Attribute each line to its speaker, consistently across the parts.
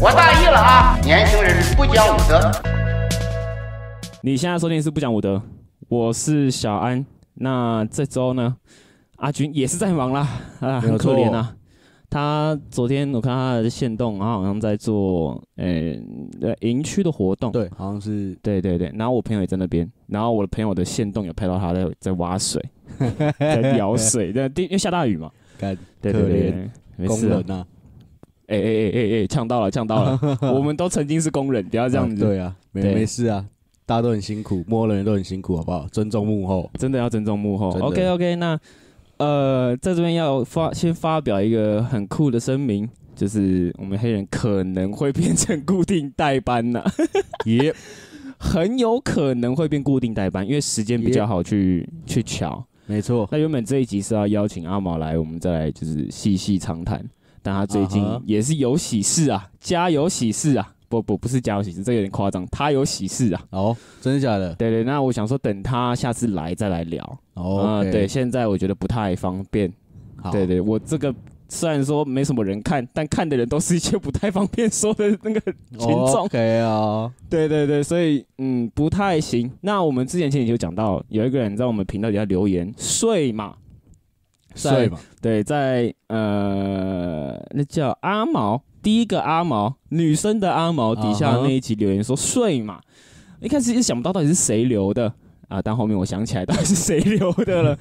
Speaker 1: 我大意了啊！年轻人不讲武德。
Speaker 2: 你现在收听是不讲武德，我是小安。那这周呢，阿军也是在忙啦，啊，很可怜啊。他昨天我看他的线动，他好像在做呃呃营区的活动，
Speaker 3: 对，哦好 像是
Speaker 2: 对对对。然后我朋友也在那边，然后我的朋友的线动有拍到他在在挖 水，在舀水，在地因为下大雨嘛，
Speaker 3: 干
Speaker 2: 对对
Speaker 3: 可怜
Speaker 2: 对，没
Speaker 3: 工
Speaker 2: 事啊
Speaker 3: 人。呐、
Speaker 2: 哎哎哎哎哎，呛到了，呛到 了。我们都曾经是工人，不要这样
Speaker 3: 啊
Speaker 2: 子。
Speaker 3: 对啊，没
Speaker 2: 对
Speaker 3: 没事啊，大家都很辛苦，摸人也都很辛苦，好不好？尊重幕后，
Speaker 2: 真的要尊重幕后。
Speaker 3: 真的
Speaker 2: OK OK，那呃，在这边要发先发表一个很酷的声明，就是我们黑人可能会变成固定代班呐、
Speaker 3: 耶、
Speaker 2: 很有可能会变固定代班，因为时间比较好去去瞧。
Speaker 3: 没错，
Speaker 2: 那原本这一集是要邀请阿毛来，我们再来就是细细长谈，但他最近
Speaker 3: 啊哈
Speaker 2: 也是有喜事啊，家有喜事啊。不不不是家有喜事，这有点夸张，他有喜事啊。
Speaker 3: 哦，真的假的？
Speaker 2: 对对，那我想说等他下次来再来聊。
Speaker 3: 哦、
Speaker 2: 啊对，，现在我觉得不太方便。
Speaker 3: 好，
Speaker 2: 对对，我这个虽然说没什么人看，但看的人都是一些不太方便说的那个群众。
Speaker 3: OK 啊，
Speaker 2: 对对对，所以嗯，不太行。那我们之前前几集有讲到，有一个人在我们频道底下留言睡嘛，在
Speaker 3: 睡嘛，
Speaker 2: 对，在呃，那叫阿毛，第一个阿毛，女生的阿毛底下
Speaker 3: 啊哈
Speaker 2: 那一集留言说睡嘛，一开始也想不到到底是谁留的啊，但后面我想起来到底是谁留的了，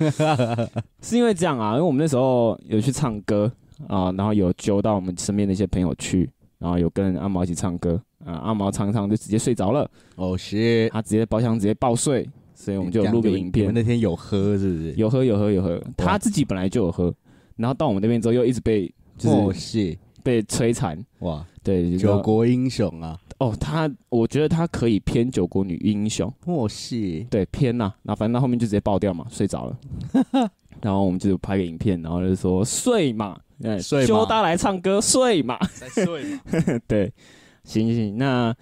Speaker 2: 是因为这样啊，因为我们那时候有去唱歌啊，然后有揪到我们身边的一些朋友去，然后有跟阿毛一起唱歌啊，阿毛唱一唱就直接睡着了，
Speaker 3: 哦是，
Speaker 2: 他直接包厢直接爆睡，所以我们就有录个影
Speaker 3: 你
Speaker 2: 片
Speaker 3: 们。那天有喝是不是？
Speaker 2: 有喝有喝有喝，他自己本来就有喝，然后到我们那边之后又一直被就
Speaker 3: 哦
Speaker 2: 是
Speaker 3: 是，
Speaker 2: 被摧残，
Speaker 3: 哇，
Speaker 2: 对，就是
Speaker 3: 九
Speaker 2: 说
Speaker 3: 国英雄啊，
Speaker 2: 哦，他我觉得他可以偏九国女英雄，
Speaker 3: 哦是，
Speaker 2: 对偏呐、然后反正到后面就直接爆掉嘛，睡着了， 然后我们就拍个影片，然后就说睡嘛，嗯，
Speaker 3: 睡嘛
Speaker 2: 揪他来唱歌睡 嘛，
Speaker 3: 在睡嘛，
Speaker 2: 对，行行行，那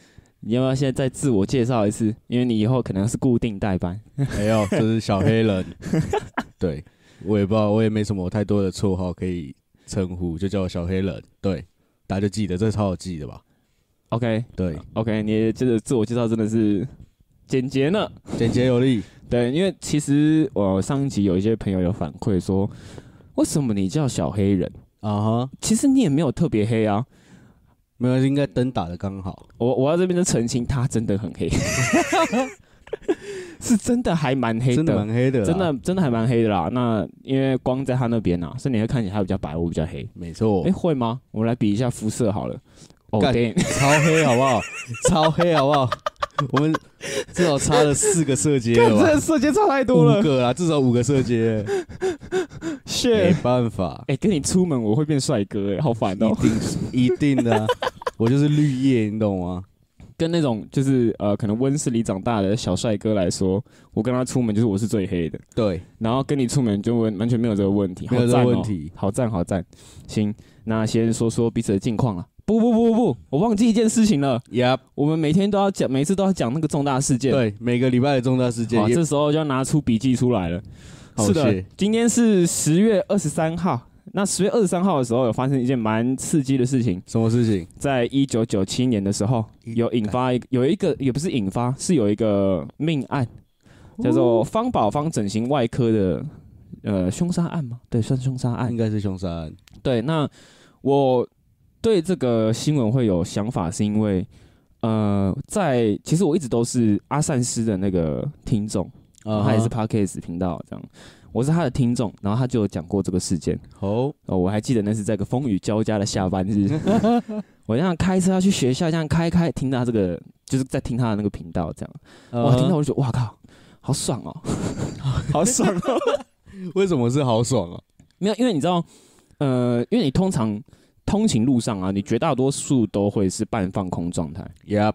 Speaker 2: 你要不要现在再自我介绍一次？因为你以后可能是固定代班，
Speaker 3: 没有，这是小黑 人，对我也不知道，我也没什么太多的绰号可以称呼，就叫我小黑人，对，大家就记得，这超好记的吧？
Speaker 2: OK
Speaker 3: 对，
Speaker 2: OK，你这个自我介绍真的是简洁呢。
Speaker 3: 简洁有力，
Speaker 2: 对，因为其实我上一集有一些朋友有反馈说，为什么你叫小黑人？
Speaker 3: 啊哈，
Speaker 2: 其实你也没有特别黑啊。
Speaker 3: 没有，应该灯打的刚好，
Speaker 2: 我我要这边就澄清，他真的很黑， 是真的还蛮黑的，
Speaker 3: 真的蛮黑的，
Speaker 2: 真，的真的还蛮黑的啦。那因为光在他那边啊，所以你会看起来他比较白，我比较黑。
Speaker 3: 没错
Speaker 2: 哎、，会吗？我们来比一下肤色好了。哦、
Speaker 3: 哦干
Speaker 2: damn
Speaker 3: 超黑好不好？超黑好不好？我们至少差了四个色阶
Speaker 2: 干
Speaker 3: 了
Speaker 2: 这
Speaker 3: 吧？
Speaker 2: 个色阶差太多
Speaker 3: 五
Speaker 2: 了
Speaker 3: 个啦，至少五个色阶，没
Speaker 2: ，shit。
Speaker 3: 办法，
Speaker 2: 哎、跟你出门我会变帅哥哎、好烦哦、
Speaker 3: 一定是一定的啊，我就是绿叶，你懂吗？
Speaker 2: 跟那种就是呃，可能温室里长大的小帅哥来说，我跟他出门就是我是最黑的，
Speaker 3: 对，
Speaker 2: 然后跟你出门就完完全没有这个问题，
Speaker 3: 没有这个
Speaker 2: 好赞哦
Speaker 3: 问题
Speaker 2: 好赞好赞。行，那先说说彼此的近况了。不不不不不，我忘记一件事情了，
Speaker 3: 呀，
Speaker 2: 我们每天都要讲，每次都要讲那个重大事件。，
Speaker 3: 对，每个礼拜的重大事件
Speaker 2: 好，
Speaker 3: 也
Speaker 2: 这时候就要拿出笔记出来了。
Speaker 3: 好
Speaker 2: 是的
Speaker 3: 谢，
Speaker 2: 今天是十月二十三号。那十月二十三号的时候，有发生一件蛮刺激的事情。
Speaker 3: 什么事情？
Speaker 2: 在一九九七年的时候，
Speaker 3: 一
Speaker 2: 有引发一个有一个也不是引发，是有一个命案，叫
Speaker 3: 哦
Speaker 2: 做方宝芳整形外科的呃凶杀案嘛，对，算凶杀案
Speaker 3: 应。该是凶杀案。
Speaker 2: 对，那我对这个新闻会有想法，是因为呃，在其实我一直都是阿善师的那个听众，
Speaker 3: 啊
Speaker 2: 哦他也是 Parkes 频道这样，我是他的听众，然后他就有讲过这个事件。
Speaker 3: 好，
Speaker 2: 哦，我还记得那是在一个风雨交加的下班日， 我这样开车要去学校，这样开开，听到这个就是在听他的那个频道，这样，
Speaker 3: 我
Speaker 2: 哇，哦听到
Speaker 3: 啊
Speaker 2: 我就觉得哇靠，好爽哦， 好爽哦，
Speaker 3: 为什么是豪爽啊？
Speaker 2: 没有，因为你知道，呃，因为你通常通勤路上啊，你绝大多数都会是半放空状态，
Speaker 3: 呀，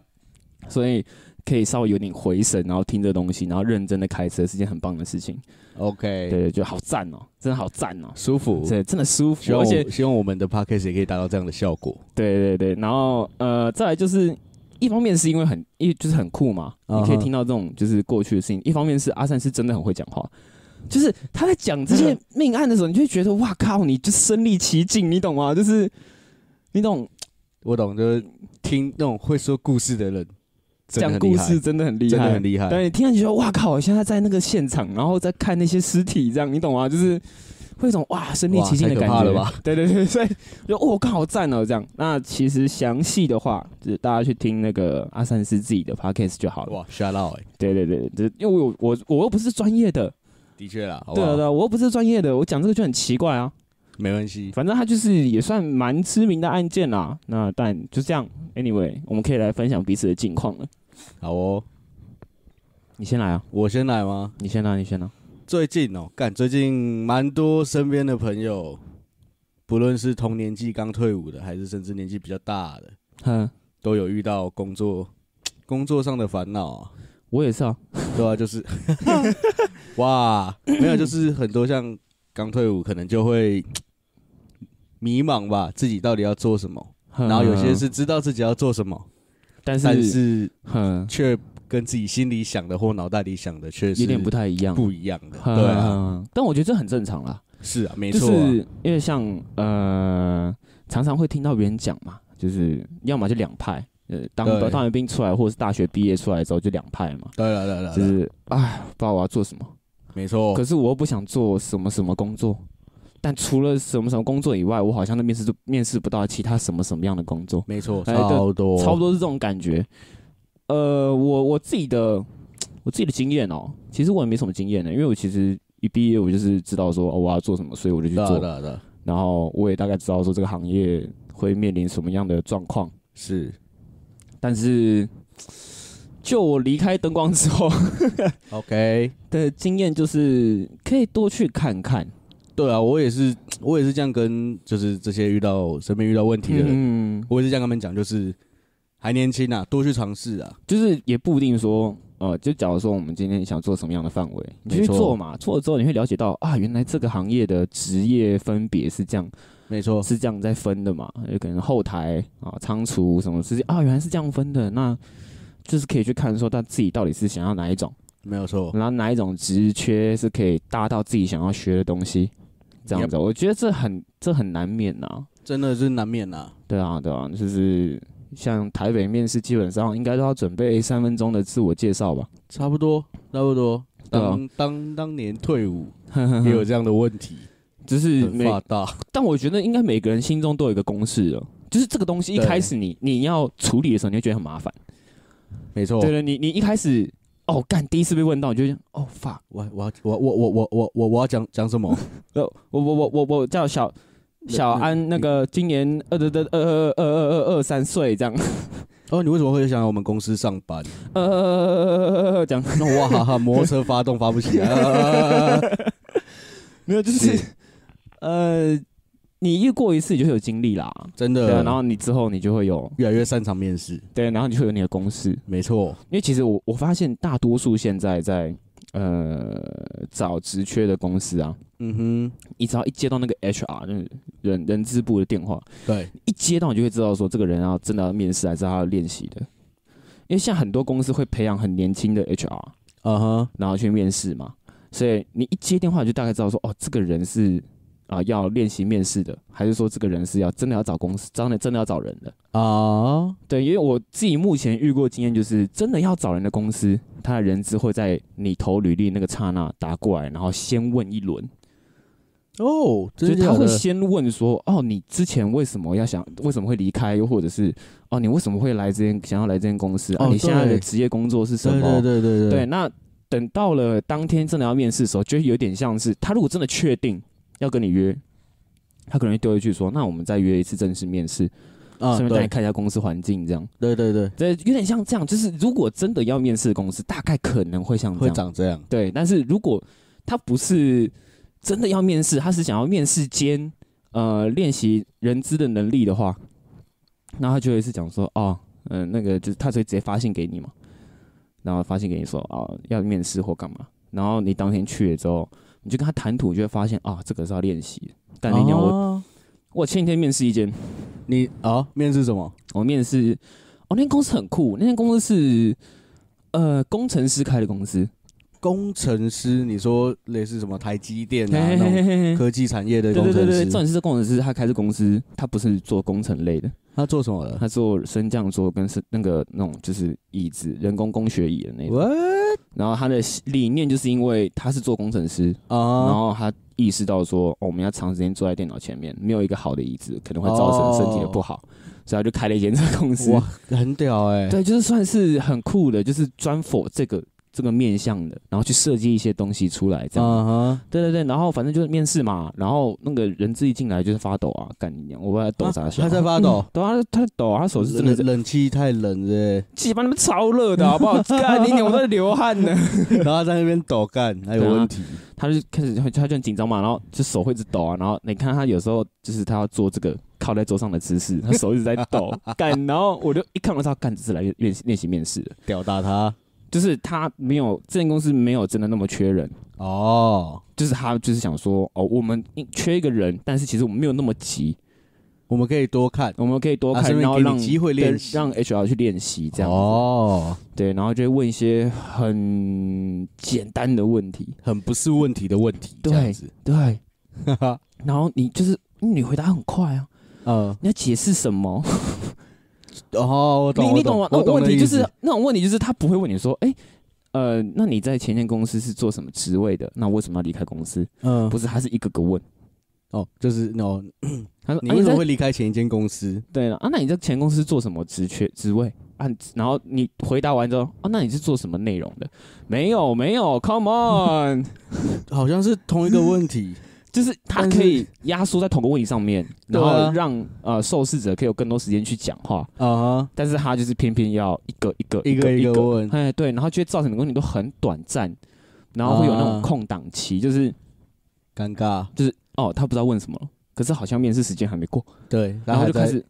Speaker 2: 所以可以稍微有点回神，然后听这东西，然后认真的开车是件很棒的事情，
Speaker 3: OK，
Speaker 2: 对，就好赞哦，真的好赞哦，
Speaker 3: 舒服。
Speaker 2: 对，真的舒
Speaker 3: 希
Speaker 2: 服，
Speaker 3: 望
Speaker 2: 而且
Speaker 3: 我希望我们的 podcast 也可以达到这样的效果。
Speaker 2: 对对对，然后呃，再来就是一方面是因为很一就是很酷嘛，
Speaker 3: 嗯哼
Speaker 2: 你可以听到这种就是过去的事情；一方面是阿善是真的很会讲话，就是他在讲这
Speaker 3: 嗯
Speaker 2: 些命案的时候，你就会觉得哇靠，你就身临其境，你懂吗？就是你懂，
Speaker 3: 我懂，就是听那种会说故事的人，真的
Speaker 2: 讲
Speaker 3: 很
Speaker 2: 故
Speaker 3: 厉害
Speaker 2: 事真的很厉害，
Speaker 3: 真的很厉害。
Speaker 2: 但你听上去说，哇靠！现在在那个现场，然后在看那些尸体，这样你懂吗？就是会有一种哇身临其境的感
Speaker 3: 哇太
Speaker 2: 觉
Speaker 3: 可怕了吧？
Speaker 2: 对对对，所以就哦，刚好赞哦，这样。那其实详细的话，就是大家去听那个阿三斯自己的 podcast 就好了。
Speaker 3: 哇，shout out，哎
Speaker 2: 对对对，这因为我有我我又不是专业的，
Speaker 3: 的确啦，好不
Speaker 2: 对啊
Speaker 3: 好
Speaker 2: 对啊，我又不是专业的，我讲这个就很奇怪啊。
Speaker 3: 没关系。
Speaker 2: 反正他就是也算蛮知名的案件啦。那但就这样，anyway，我们可以来分享彼此的近况了。
Speaker 3: 好哦，
Speaker 2: 你先来啊，
Speaker 3: 我先来吗？
Speaker 2: 你先来，啊你先来。
Speaker 3: 最近哦，干，最近蛮多身边的朋友，不论是同年纪刚退伍的，还是甚至年纪比较大的，
Speaker 2: 嗯，
Speaker 3: 都有遇到工作工作上的烦恼啊。
Speaker 2: 我也是啊。
Speaker 3: 对啊，就是 哇，没有，就是很多像刚退伍，可能就会迷茫吧，自己到底要做什么。
Speaker 2: 然
Speaker 3: 然后有些是知道自己要做什么，
Speaker 2: 但嗯是
Speaker 3: 但是
Speaker 2: 哼，
Speaker 3: 却跟自己心里想的或脑袋里想的确实
Speaker 2: 有点不太一样。
Speaker 3: 不一样的。
Speaker 2: 哼
Speaker 3: 对啊，，
Speaker 2: 哼但我觉得这很正常啦，
Speaker 3: 是啊，没
Speaker 2: 就
Speaker 3: 错啊、
Speaker 2: 是因为像呃，常常会听到别人讲嘛，就是要么就两派，呃，当
Speaker 3: 对
Speaker 2: 当完兵出来，或者是大学毕业出来之后就两派嘛，
Speaker 3: 对啊了对哦了，
Speaker 2: 就
Speaker 3: 对了
Speaker 2: 是哎，不知道我要做什么，
Speaker 3: 没错
Speaker 2: 可，是我又不想做什么什么工作。但除了什么什么工作以外，我好像都面试都面试不到其他什么什么样的工作。
Speaker 3: 没错，
Speaker 2: 哎对
Speaker 3: 超多，
Speaker 2: 差不多是这种感觉。呃，我我自己的我自己的经验哦，其实我也没什么经验的，因为我其实一毕业我就是知道说、哦、我要做什么，所以我就去
Speaker 3: 对啊
Speaker 2: 做，
Speaker 3: 对啊对啊，
Speaker 2: 然后我也大概知道说这个行业会面临什么样的状况，
Speaker 3: 是
Speaker 2: 但是就我离开灯光之后
Speaker 3: OK。
Speaker 2: 的经验就是可以多去看看，
Speaker 3: 对啊，我也是，我也是这样跟就是这些遇到身边遇到问题的人。
Speaker 2: 嗯，
Speaker 3: 我也是这样跟他们讲，就是还年轻啊，多去尝试啊。
Speaker 2: 就是也不一定说，呃，就假如说我们今天想做什么样的范围，你就去
Speaker 3: 没错
Speaker 2: 做嘛，做了之后你会了解到啊，原来这个行业的职业分别是这样，
Speaker 3: 没错，
Speaker 2: 是这样在分的嘛，有可能后台啊、仓储什么事情啊，原来是这样分的，那就是可以去看说他自己到底是想要哪一种，
Speaker 3: 没有错，
Speaker 2: 然后哪一种职缺是可以搭到自己想要学的东西，这样子，我觉得这很这很难免呐、
Speaker 3: 真的是难免啊。
Speaker 2: 对啊，对啊，就是像台北面试，基本上应该都要准备三分钟的自我介绍吧。
Speaker 3: 差不多，差不多。
Speaker 2: 对啊
Speaker 3: 当当当年 退伍也有这样的问题，
Speaker 2: 就是
Speaker 3: 很
Speaker 2: 每，
Speaker 3: 发大。
Speaker 2: 但我觉得应该每个人心中都有一个公式哦，就是这个东西一
Speaker 3: 对
Speaker 2: 开始你你要处理的时候，你会觉得很麻烦。
Speaker 3: 没错
Speaker 2: 对，了，你你一开始哦干第一次被问到，你就想哦 fuck，
Speaker 3: 我我要我我我我我我我要讲讲什 么？
Speaker 2: 呃我我我我我叫小小安，那个今年二二二二二二二二三岁这样，
Speaker 3: 哦，你为什么会想来我们公司上班？
Speaker 2: 呃呃这样，
Speaker 3: 那哇哈哈，摩托车发动发不起来。啊
Speaker 2: 没有就是呃你遇过一次，你就会有经历啦。
Speaker 3: 真
Speaker 2: 对啊，
Speaker 3: 的，
Speaker 2: 然后你之后你就会有
Speaker 3: 越来越擅长面试。
Speaker 2: 对，然后你就会有你的公式。
Speaker 3: 没错，
Speaker 2: 因为其实我我发现大多数现在在呃找职缺的公司啊，
Speaker 3: 嗯哼，
Speaker 2: 你只要一接到那个 HR 就是人人资部的电话，
Speaker 3: 对，
Speaker 2: 一接到你就会知道说这个人要真的要面试还是他要练习的。因为现在很多公司会培养很年轻的 HR，
Speaker 3: 啊哈，
Speaker 2: 然后去面试嘛，所以你一接电话你就大概知道说哦，这个人是啊、要练习面试的，还是说这个人是要真的要找公司，真的真的要找人的。
Speaker 3: 啊，
Speaker 2: 对，因为我自己目前遇过经验，就是真的要找人的公司，他的人资会在你投履历那个刹那打过来，然后先问一轮，
Speaker 3: 哦，
Speaker 2: 就
Speaker 3: 真
Speaker 2: 是
Speaker 3: 的
Speaker 2: 他
Speaker 3: 假
Speaker 2: 会
Speaker 3: 的？
Speaker 2: 先问说，哦，你之前为什么要想，为什么会离开，又或者是，哦，你为什么会来这间，想要来这间公司？啊
Speaker 3: 哦
Speaker 2: 你现在的
Speaker 3: 对
Speaker 2: 职业工作是什么？
Speaker 3: 对对对对
Speaker 2: 对，那等到了当天真的要面试的时候，就会有点像是他如果真的确定要跟你约，他可能会丢一句说，那我们再约一次正式面试，顺
Speaker 3: 啊，
Speaker 2: 便带你
Speaker 3: 对
Speaker 2: 看一下公司环境这样。
Speaker 3: 对对对，
Speaker 2: 对，有点像这样，就是如果真的要面试的公司，大概可能会像这
Speaker 3: 会
Speaker 2: 样。
Speaker 3: 长这样。
Speaker 2: 对，但是如果他不是真的要面试，他是想要面试兼呃练习人资的能力的话，那他就会是讲说哦，嗯、那个就是他就会直接发信给你嘛，然后发信给你说哦要面试或干嘛，然后你当天去了之后，你就跟他谈吐，你就会发现啊、这个是要练习的。但你讲、我
Speaker 3: 哦
Speaker 2: 我前几天面试一间，
Speaker 3: 你啊，面试什么？
Speaker 2: 我面试，哦，那间公司很酷，那间公司是呃工程师开的公司，
Speaker 3: 工程师，你说类似什么台积电啊
Speaker 2: 嘿嘿嘿
Speaker 3: 那种
Speaker 2: 嘿嘿
Speaker 3: 科技产业的
Speaker 2: 对
Speaker 3: 工
Speaker 2: 对对
Speaker 3: 程
Speaker 2: 对，重点
Speaker 3: 师，
Speaker 2: 是工程师，他开这公司，他不是做工程类的，
Speaker 3: 他做什么了
Speaker 2: 他做升降桌跟是那个那种就是椅子，人工工学椅的那种。
Speaker 3: ？What
Speaker 2: 然后他的理念就是因为他是做工程师，然
Speaker 3: 啊？
Speaker 2: 后他意识到说、哦我们要长时间坐在电脑前面，没有一个好的椅子，可能会造成身体的不好，所以他就开了一间这个公司。
Speaker 3: 哇，很屌哎！
Speaker 2: 对，就是算是很酷的，就是专 for 这个这个面向的，然后去设计一些东西出来这样。
Speaker 3: 啊哈，
Speaker 2: 对对对，然后反正就是面试嘛，然后那个人质一进来就是发抖啊，干你娘！我不知道他抖啥
Speaker 3: 啊
Speaker 2: 笑、
Speaker 3: 他在发抖
Speaker 2: 嗯 对啊，他在抖啊，他手是真的是
Speaker 3: 冷冷气太冷了，欸
Speaker 2: 鸡巴他妈超热的好不好？干你娘！我在流汗 呢。
Speaker 3: 然后他在那边抖干，还有
Speaker 2: 对啊
Speaker 3: 问题
Speaker 2: 他就开始他就很紧张嘛，然后就手会一直抖啊，然后你看他有时候就是他要做这个靠在桌上的姿势，他手一直在 抖，干，然后我就一看我操，干，这是来练练习练习面试的，
Speaker 3: 吊打他
Speaker 2: 就是他没有这间公司没有真的那么缺人，
Speaker 3: 哦。
Speaker 2: 就是他就是想说哦，我们缺一个人，但是其实我们没有那么急，
Speaker 3: 我们可以多看
Speaker 2: 我们可以多
Speaker 3: 啊
Speaker 2: 看，
Speaker 3: 顺便
Speaker 2: 然后
Speaker 3: 给你
Speaker 2: 让
Speaker 3: 机会
Speaker 2: 对
Speaker 3: 练习
Speaker 2: 让 HR 去练习这样子，
Speaker 3: 哦，
Speaker 2: 对，然后就会问一些很简单的问题，
Speaker 3: 很不是问题的问题，这
Speaker 2: 对
Speaker 3: 样子，
Speaker 2: 对，
Speaker 3: 哈哈，
Speaker 2: 然后你就是你回答很快啊，
Speaker 3: 嗯，
Speaker 2: 你要解释什么？
Speaker 3: 哦，我懂，
Speaker 2: 你你懂吗？那
Speaker 3: 我
Speaker 2: 种
Speaker 3: 懂
Speaker 2: 问
Speaker 3: 的
Speaker 2: 题
Speaker 3: 意
Speaker 2: 就
Speaker 3: 思
Speaker 2: 是那种问题就是他不会问你说，哎、呃，那你在前一间公司是做什么职位的？那为什么要离开公司？
Speaker 3: 嗯，
Speaker 2: 不是，他是一个个问。
Speaker 3: 哦，就是那种
Speaker 2: 他说，
Speaker 3: 你
Speaker 2: 啊
Speaker 3: 为什么
Speaker 2: 在
Speaker 3: 会离开前一间公司？
Speaker 2: 对了啊？那你在前公司做什么职缺职位？啊，然后你回答完之后，啊，那你是做什么内容的？没有，没有，Come on，
Speaker 3: 好像是同一个问题，
Speaker 2: 就是他
Speaker 3: 但是
Speaker 2: 可以压缩在同个问题上面，
Speaker 3: 对
Speaker 2: 然
Speaker 3: 啊
Speaker 2: 后让、呃受试者可以有更多时间去讲话。
Speaker 3: 啊哈，
Speaker 2: 但是他就是偏偏要一个一个
Speaker 3: 一个
Speaker 2: 一
Speaker 3: 一个问
Speaker 2: 哎，对，然后就会造成你的问题都很短暂，然后会有那
Speaker 3: 啊
Speaker 2: 种空档期，就是
Speaker 3: 尴尬，
Speaker 2: 就是哦，他不知道问什么了，可是好像面试时间还没过，
Speaker 3: 对，
Speaker 2: 然后
Speaker 3: 还
Speaker 2: 就开
Speaker 3: 在
Speaker 2: 始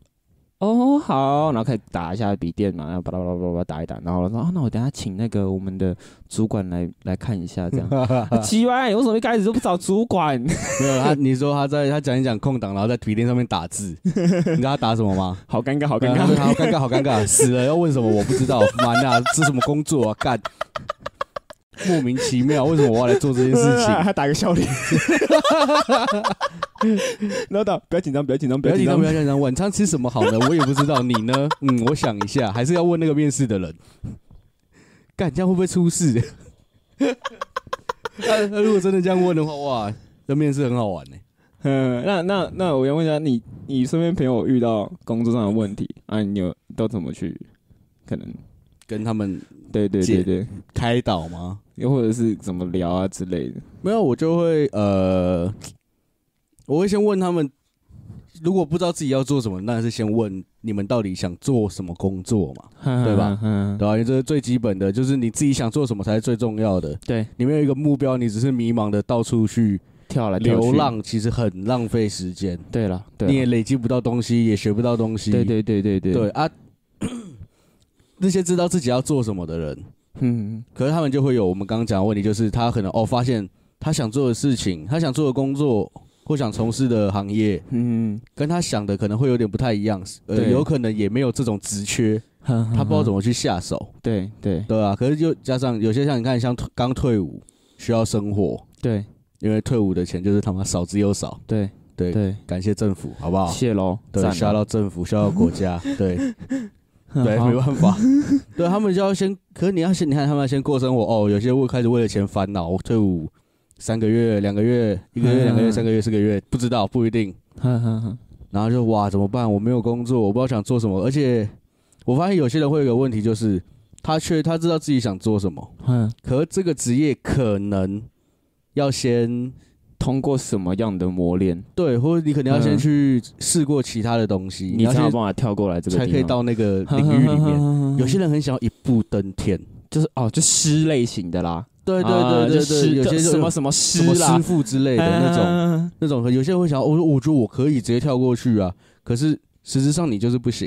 Speaker 2: 哦好，然后开始打一下笔电嘛，然后巴拉巴拉巴拉巴拉打一打，然后说啊，那我等一下请那个我们的主管来来看一下，这 样啊奇怪，你为什么一开始就不找主管？
Speaker 3: 没有他，你说他在他讲一讲空档，然后在笔电上面 打字，你知道他打什么吗？
Speaker 2: 好尴尬，好
Speaker 3: 好
Speaker 2: 尴
Speaker 3: 好
Speaker 2: 尬，
Speaker 3: 尴尬，好尴尬，死了要问什么我不知道，妈呀，这什么工作啊？ 干，莫名其妙，为什么我要来做这件 事情？
Speaker 2: 啊还打个笑脸，然后打不要紧张，不要紧张，
Speaker 3: 不要紧张，不要紧张，晚餐吃什么 好呢？我也不知道，你呢？嗯，我想一下，还是要问那个面试的人。 干，这样会不会出事？ 那那如果真的这样问的话，哇，这面试很好玩呢、
Speaker 2: 嗯，那那那我要问一下你，你身边朋友遇到工作上的问题啊，你有都怎么去？可能
Speaker 3: 跟他们
Speaker 2: 对对对
Speaker 3: 解
Speaker 2: 对，
Speaker 3: 开导吗？
Speaker 2: 又或者是怎么聊啊之类的。
Speaker 3: 没有，我就会呃，我会先问他们，如果不知道自己要做什么，那是先问你们到底想做什么工作嘛，对吧？
Speaker 2: 嗯，
Speaker 3: 对吧、因为这是最基本的，就是你自己想做什么才是最重要的。
Speaker 2: 对，
Speaker 3: 你没有一个目标，你只是迷茫的到处去
Speaker 2: 跳来跳去
Speaker 3: 流。浪，其实很浪费时间，
Speaker 2: 对了，
Speaker 3: 你也
Speaker 2: 对啦，啊
Speaker 3: 累积不到东西，也学不到东西。
Speaker 2: 对对对对对
Speaker 3: 对，啊，那些知道自己要做什么的人，
Speaker 2: 嗯，
Speaker 3: 可是他们就会有我们刚刚讲的问题，就是他可能哦发现他想做的事情，他想做的工作或想从事的行业，
Speaker 2: 嗯，
Speaker 3: 跟他想的可能会有点不太一样，呃，
Speaker 2: 对嗯
Speaker 3: 有可能也没有这种职缺，他
Speaker 2: 他
Speaker 3: 不知道怎么去下手，
Speaker 2: 对对
Speaker 3: 对啊，可是就加上有些像你看，像退刚退伍需要生活，
Speaker 2: 对
Speaker 3: 因为退伍的钱就是他妈少之又少，
Speaker 2: 对
Speaker 3: 对，
Speaker 2: 对，
Speaker 3: 感谢政府，好不好？
Speaker 2: 谢喽，
Speaker 3: 对，
Speaker 2: 赞啊
Speaker 3: 需要
Speaker 2: 咯
Speaker 3: 到政府，需要到 国家，对。对，
Speaker 2: 嗯好
Speaker 3: 没办法， 对他们就要先，可是你要先，你看他们要先过生活哦，有些会开始为了钱烦恼，我退伍三个月、两个月、一个月、两个
Speaker 2: 嗯
Speaker 3: 月、
Speaker 2: 嗯
Speaker 3: 三个月、四个月，不知道不一定，
Speaker 2: 哼哼哼
Speaker 3: 然后就哇怎么办？我没有工作，我不知道想做什么，而且我发现有些人会有一个问题，就是他却他知道自己想做什么，
Speaker 2: 哼，
Speaker 3: 可是这个职业可能要先
Speaker 2: 通过什么样的磨练，
Speaker 3: 对，或者你可能要先
Speaker 2: 嗯
Speaker 3: 去试过其他的东西，
Speaker 2: 你
Speaker 3: 要
Speaker 2: 才有
Speaker 3: 先
Speaker 2: 办法跳过来这个
Speaker 3: 才可以
Speaker 2: 地方
Speaker 3: 到 那个领域里面。
Speaker 2: 面
Speaker 3: 有些人很想要一步登天。
Speaker 2: 就是哦，就诗类型的啦。
Speaker 3: 对对
Speaker 2: 啊
Speaker 3: 对
Speaker 2: 就
Speaker 3: 对
Speaker 2: 师
Speaker 3: 对，有些
Speaker 2: 什么
Speaker 3: 就
Speaker 2: 什么师
Speaker 3: 什么啊
Speaker 2: 啦
Speaker 3: 师傅之类的那种，
Speaker 2: 种，
Speaker 3: 那种有些人会想，我说我觉得我可以直接跳过去啊，可是实质上你就是不行。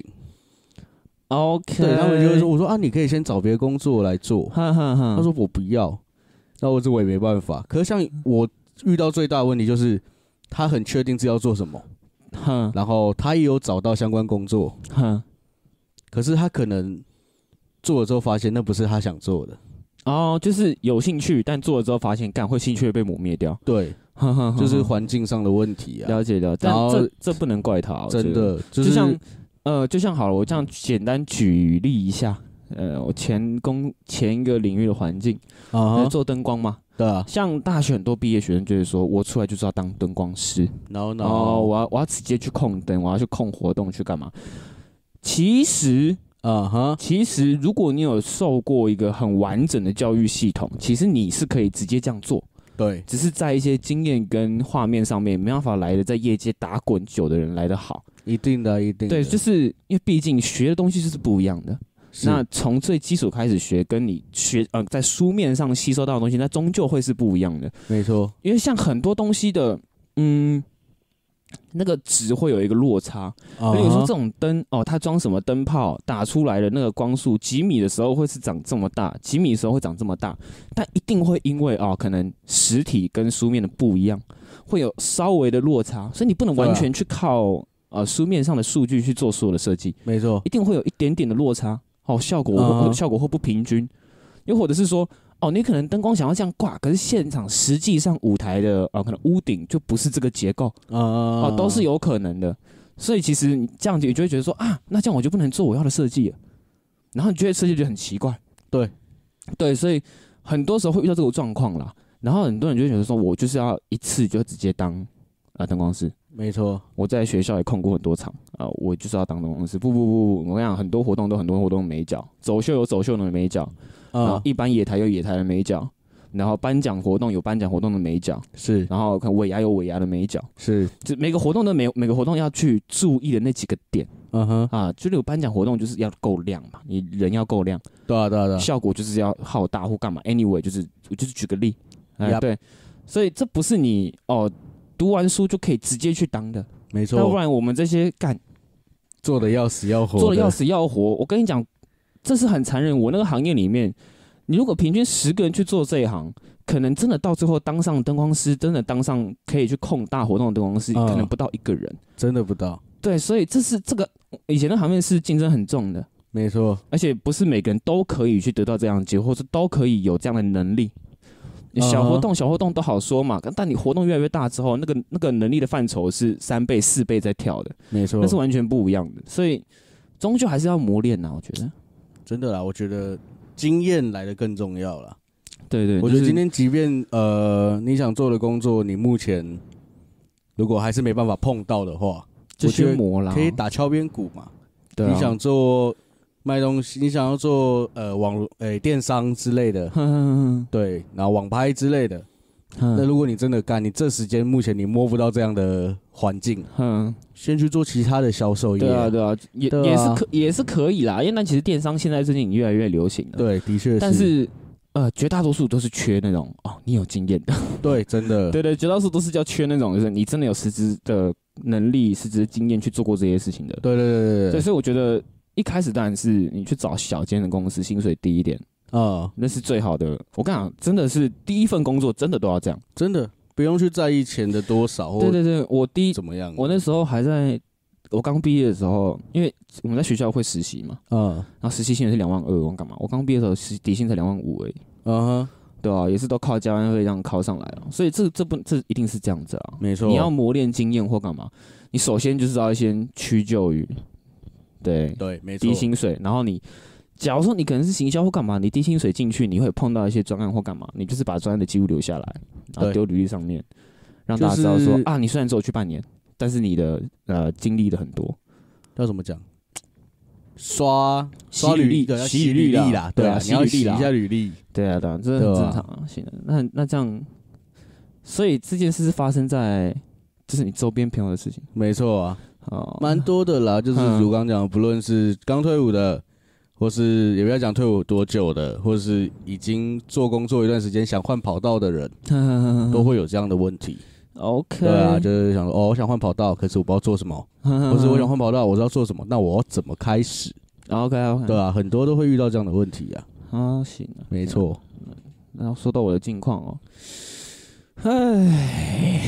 Speaker 2: 啊 OK，
Speaker 3: 对他们就会说，，我说啊，你可以先找别的工作来做。
Speaker 2: 哈哈哈。
Speaker 3: 他说我不要，那我这我也没办法。可是像我遇到最大的问题就是，他很确定自己要做什么，
Speaker 2: 哼
Speaker 3: 然后他也有找到相关工作，
Speaker 2: 哼
Speaker 3: 可是他可能做了之后发现那不是他想做的。
Speaker 2: 哦，就是有兴趣，但做了之后发现，干会兴趣会被磨灭掉，
Speaker 3: 对， 就是环境上的问题啊，
Speaker 2: 了解了解，但
Speaker 3: 然后
Speaker 2: 这这不能怪他，我觉
Speaker 3: 真
Speaker 2: 得，
Speaker 3: 的
Speaker 2: 就
Speaker 3: 就是
Speaker 2: 像呃，就像好了，我这样简单举例一下，呃，我前工前一个领域的环境，
Speaker 3: 啊
Speaker 2: 呃
Speaker 3: 哈，
Speaker 2: 做灯光嘛，
Speaker 3: 对啊，
Speaker 2: 像大学很多毕业学生就会说，我出来就是要当灯光师，
Speaker 3: 然后然
Speaker 2: 然后
Speaker 3: 后
Speaker 2: 哦我要我要直接去控灯，我要去控活动去干嘛？其实
Speaker 3: 啊哈，
Speaker 2: 其实，如果你有受过一个很完整的教育系统，其实你是可以直接这样做，
Speaker 3: 对，
Speaker 2: 只是在一些经验跟画面上面没办法来的在业界打滚久的人来的好。
Speaker 3: 一定的，一定的，
Speaker 2: 对，就是因为毕竟学的东西就是不一样的。
Speaker 3: 是
Speaker 2: 那从最基础开始学，跟你学呃在书面上吸收到的东西，那终究会是不一样的。
Speaker 3: 没错，
Speaker 2: 因为像很多东西的，嗯，那个值会有一个落差。
Speaker 3: 啊
Speaker 2: 比如说
Speaker 3: 哈
Speaker 2: 这种灯哦，它装什么灯泡打出来的那个光束，几米的时候会是长这么大，几米的时候会长这么大，但一定会因为哦，可能实体跟书面的不一样，会有稍微的落差，所以你不能完
Speaker 3: 啊
Speaker 2: 全去靠、呃书面上的数据去做所有的设计，
Speaker 3: 没错
Speaker 2: 一定会有一点点的落差，哦，效果会、
Speaker 3: 嗯哼
Speaker 2: 效果会不平均，又或者是说。哦，你可能灯光想要这样挂，可是现场实际上舞台的呃，可能屋顶就不是这个结构，
Speaker 3: 啊，
Speaker 2: 哦，
Speaker 3: 哦
Speaker 2: 都是有可能的。所以其实你这样子，你就会觉得说啊，那这样我就不能做我要的设计了，然后你就会设计觉得很奇怪。
Speaker 3: 对，
Speaker 2: 对，所以很多时候会遇到这个状况啦。然后很多人就会觉得说，我就是要一次就直接当啊灯光师。
Speaker 3: 没错，
Speaker 2: 我在学校也控过很多场啊、我就是要当灯光师。不不不不，我跟你讲，很多活动都很多活动的美角，走秀有走秀的美角，然后
Speaker 3: 啊，
Speaker 2: 一般野台有野台的美角，然后颁奖活动有颁奖活动的美角，
Speaker 3: 是
Speaker 2: 然后看尾牙有尾牙的美角。
Speaker 3: 是，
Speaker 2: 就每个活动的每每个活动要去注意的那几个点
Speaker 3: 嗯哼，
Speaker 2: 啊，就是有颁奖活动就是要够亮嘛，你人要够亮，
Speaker 3: 对啊对啊对啊，
Speaker 2: 效果就是要好大或干嘛。Anyway，就是我就是举个例，哎、
Speaker 3: Yup
Speaker 2: 对，所以这不是你哦读完书就可以直接去当的，
Speaker 3: 没
Speaker 2: 要不
Speaker 3: 错，
Speaker 2: 然我们这些干
Speaker 3: 做的要死要活，
Speaker 2: 做的要，死要活，我跟你讲，这是很残忍。我那个行业里面，你如果平均十个人去做这一行。可能真的到最后当上灯光师，真的当上可以去控大活动的灯光师，
Speaker 3: 嗯
Speaker 2: 可能不到一个人。
Speaker 3: 真的不到，
Speaker 2: 对，所以这是这个以前的行业是竞争很重的，
Speaker 3: 没错，
Speaker 2: 而且不是每个人都可以去得到这样的机会，或者都可以有这样的能力。小活
Speaker 3: 嗯
Speaker 2: 动、小活动都好说嘛，但你活动越来越大之后，那个那个能力的范畴是三倍、四倍在跳的，
Speaker 3: 没错
Speaker 2: 那，是完全不一样的。所以终究还是要磨练呐、我觉得。
Speaker 3: 真的啦，我觉得经验来的更重要啦。
Speaker 2: 对对，
Speaker 3: 我觉
Speaker 2: 就
Speaker 3: 得
Speaker 2: 是
Speaker 3: 今天即便呃你想做的工作，你目前如果还是没办法碰到的话，
Speaker 2: 就
Speaker 3: 我觉得
Speaker 2: 先磨啦，
Speaker 3: 可以打敲边鼓嘛。
Speaker 2: 对啊
Speaker 3: 你想做卖东西，你想要做呃网络诶、电商之类的，
Speaker 2: 哼哼
Speaker 3: 对，然后网拍之类的。
Speaker 2: 哼
Speaker 3: 那
Speaker 2: 哼
Speaker 3: 如果你真的干，你这时间目前你摸不到这样的环境，
Speaker 2: 哼，
Speaker 3: 先去做其他的销售业。
Speaker 2: 对啊对啊，也
Speaker 3: 对啊
Speaker 2: 也是可也是可以啦，因为那其实电商现在最近越来越流行了。
Speaker 3: 对的确是，
Speaker 2: 但是呃，绝大多数都是缺那种哦，你有经验的。
Speaker 3: 对真 的
Speaker 2: 对对，绝大多数都是叫缺那种，就是你真的有实质的能力、实质的经验去做过这些事情的。
Speaker 3: 对对对对
Speaker 2: 对，
Speaker 3: 对，
Speaker 2: 所以我觉得一开始当然是你去找小间的公司，薪水低一点，
Speaker 3: 啊、
Speaker 2: 那是最好的。我跟你讲，真的是第一份工作真的都要这样。
Speaker 3: 真的不用去在意钱的多少或
Speaker 2: 对对对，我第一
Speaker 3: 怎么样。
Speaker 2: 我那时候还在我刚毕业的时候，因为我们在学校会实习嘛，
Speaker 3: 嗯
Speaker 2: 然后实习薪水是两万二，我干嘛？我刚毕业的时候实底薪才两万五而已。
Speaker 3: 嗯哼，
Speaker 2: 对啊，也是都靠加班费这样靠上来了，所以这这不这一定是这样子啊。
Speaker 3: 没错，
Speaker 2: 你要磨练经验或干嘛，你首先就是要先屈就于对
Speaker 3: 对没错
Speaker 2: 低，薪水，然后你假如说你可能是行销或干嘛，你低薪水进去，你会碰到一些专案或干嘛，你就是把专案的记录留下来，然后
Speaker 3: 对
Speaker 2: 丢履历上面，让
Speaker 3: 就
Speaker 2: 大家知道说、
Speaker 3: 是
Speaker 2: 啊，你虽然只有去半年，但是你的呃经历的很多，
Speaker 3: 要怎么讲？刷
Speaker 2: 洗
Speaker 3: 刷
Speaker 2: 履历
Speaker 3: 对要
Speaker 2: 洗履
Speaker 3: 洗履
Speaker 2: 历
Speaker 3: 历
Speaker 2: 啦
Speaker 3: 啦，
Speaker 2: 对啊
Speaker 3: 啊，
Speaker 2: 洗
Speaker 3: 你要
Speaker 2: 履历
Speaker 3: 洗一
Speaker 2: 啦
Speaker 3: 下履历，
Speaker 2: 对啊，对啊，这很
Speaker 3: 对啊
Speaker 2: 正常啊。行的，那那这样，所以这件事是发生在就是你周边朋友的事情
Speaker 3: 没错啊，
Speaker 2: 哦，
Speaker 3: 蛮多 的啦。就是
Speaker 2: 嗯
Speaker 3: 如刚讲的，不论是刚退伍的，或是也不要讲退伍多久的，或是已经做工作一段时间想换跑道 的人，都会有这样的问题。
Speaker 2: OK，
Speaker 3: 对啊，就是想说哦，我想换跑道，可是我不知道做什么，
Speaker 2: 不
Speaker 3: 或是我 想换跑道，我知道做什么，那我要怎么开始？
Speaker 2: OK OK，
Speaker 3: 对啊，很多都会遇到这样的问题啊。
Speaker 2: 啊，行啊，
Speaker 3: 没错，
Speaker 2: 然后说到我的近况哦，唉，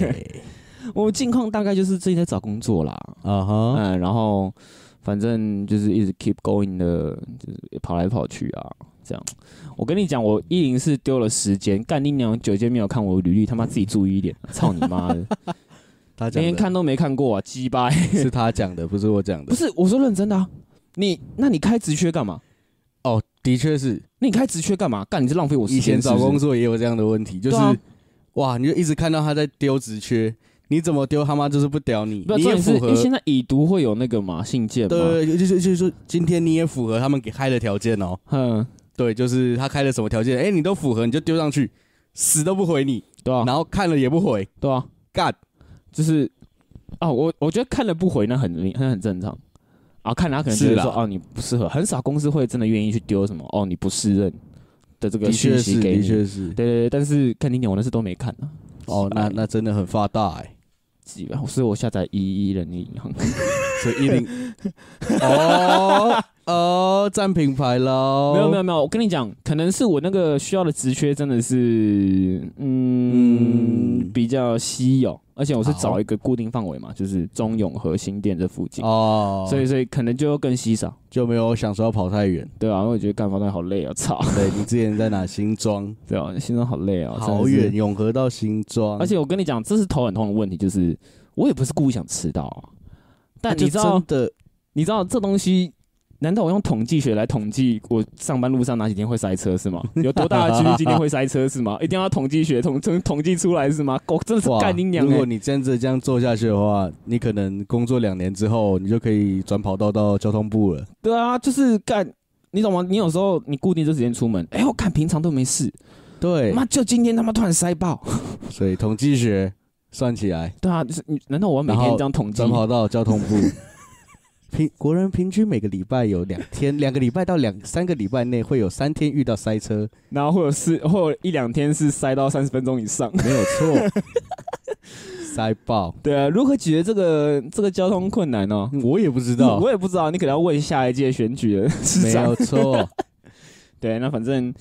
Speaker 2: 我近况大概就是最近在找工作啦，哎
Speaker 3: 啊哈，
Speaker 2: 嗯，然后反正就是一直 keep going 的，就是跑来跑去啊，这样，我跟你讲，我一零四丢了时间，干你娘九间没有看我履历，他妈自己注 意一点，操你妈的，
Speaker 3: 他讲
Speaker 2: 连
Speaker 3: 的
Speaker 2: 看都没看过啊，鸡巴、
Speaker 3: 是他讲的，不是我讲
Speaker 2: 不
Speaker 3: 的。
Speaker 2: 是，我说认真的啊，你那你开直缺干嘛？
Speaker 3: 哦，的确是，
Speaker 2: 那你开直缺干嘛？干你是浪费我时
Speaker 3: 以
Speaker 2: 间。
Speaker 3: 前找
Speaker 2: 是不是
Speaker 3: 工作也有这样的问题，就是、
Speaker 2: 对啊
Speaker 3: 哇，你就一直看到他在丢职缺，你怎么丢他妈就是不屌你，
Speaker 2: 不
Speaker 3: 你
Speaker 2: 重
Speaker 3: 也
Speaker 2: 点是，嗯
Speaker 3: 符
Speaker 2: 因
Speaker 3: 合
Speaker 2: 为。现在已读会有那个嘛信件嘛，
Speaker 3: 对，就是就是说，今天你也符合他们给开的条件哦。
Speaker 2: 嗯，
Speaker 3: 对，就是他开了什么条件，哎、你都符合，你就丢上去，死都不回你，
Speaker 2: 对啊，
Speaker 3: 然后看了也不回，
Speaker 2: 对啊，
Speaker 3: 干
Speaker 2: 就是啊，我我觉得看了不回那很很很正常啊，看了他可能
Speaker 3: 是
Speaker 2: 觉得说
Speaker 3: 啦
Speaker 2: 哦你不适合，很少公司会真的愿意去丢什么哦你不适任的这个
Speaker 3: 的
Speaker 2: 讯
Speaker 3: 确
Speaker 2: 息
Speaker 3: 是，
Speaker 2: 给
Speaker 3: 的
Speaker 2: 你。对
Speaker 3: 确是。
Speaker 2: 对对，但是看你讲，我那是都没看啊。
Speaker 3: 哦，那那真的很发大哎、
Speaker 2: 几吧，所以我下载一一人力银行。
Speaker 3: 所以 一零哦哦，占品牌喽。
Speaker 2: 没有没有没有，我跟你讲，可能是我那个需要的职缺真的是，嗯，
Speaker 3: 嗯
Speaker 2: 比较稀有，而且我是
Speaker 3: 好
Speaker 2: 找一个固定范围嘛，就是中永和新店这附近，
Speaker 3: 哦，
Speaker 2: 所以所以可能就更稀少，
Speaker 3: 就没有想说要跑 太远。
Speaker 2: 对啊，因为我觉得干房东好累啊，操，
Speaker 3: 对你之前在哪新庄？
Speaker 2: 对啊，心中好累啊，真的
Speaker 3: 好
Speaker 2: 是
Speaker 3: 远，，永和到新庄，
Speaker 2: 而且我跟你讲，这是头很痛的问题，就是我也不是故意想迟到啊、
Speaker 3: 那
Speaker 2: 但
Speaker 3: 就
Speaker 2: 你知道
Speaker 3: 真，的
Speaker 2: 你知道这东西。难道我用统计学来统计我上班路上哪几天会塞车 是吗？有多大的几率今天会塞车是吗？一定要统计学统统统计出来是吗？狗真的是
Speaker 3: 哇
Speaker 2: 干你娘、
Speaker 3: 如果
Speaker 2: 欸！
Speaker 3: 你真的这样做下去的话，你可能工作两年之后，你就可以转跑道到交通部了。
Speaker 2: 对啊，就是干，你懂吗？你有时候你固定这时间出门，哎、我看平常都没事，
Speaker 3: 对，
Speaker 2: 妈就今天他妈突然塞爆。
Speaker 3: 所以统计学算起来，
Speaker 2: 对啊，就是你难道我要每天
Speaker 3: 然后
Speaker 2: 这样统计
Speaker 3: 转？跑道交 通部。平国人平均每个礼拜有两天，两个礼拜到两三个礼拜内会有三天遇到塞车，
Speaker 2: 然后会有四，会有一两天是塞到三十分钟以上。
Speaker 3: 没有错， 塞爆。
Speaker 2: 对啊，如何解决这个这个交通困难呢、
Speaker 3: 我也不知
Speaker 2: 我
Speaker 3: 道，
Speaker 2: 我也不知道，你可能要问下一届选举的市
Speaker 3: 没
Speaker 2: 长。
Speaker 3: 有 错，
Speaker 2: 对，那反正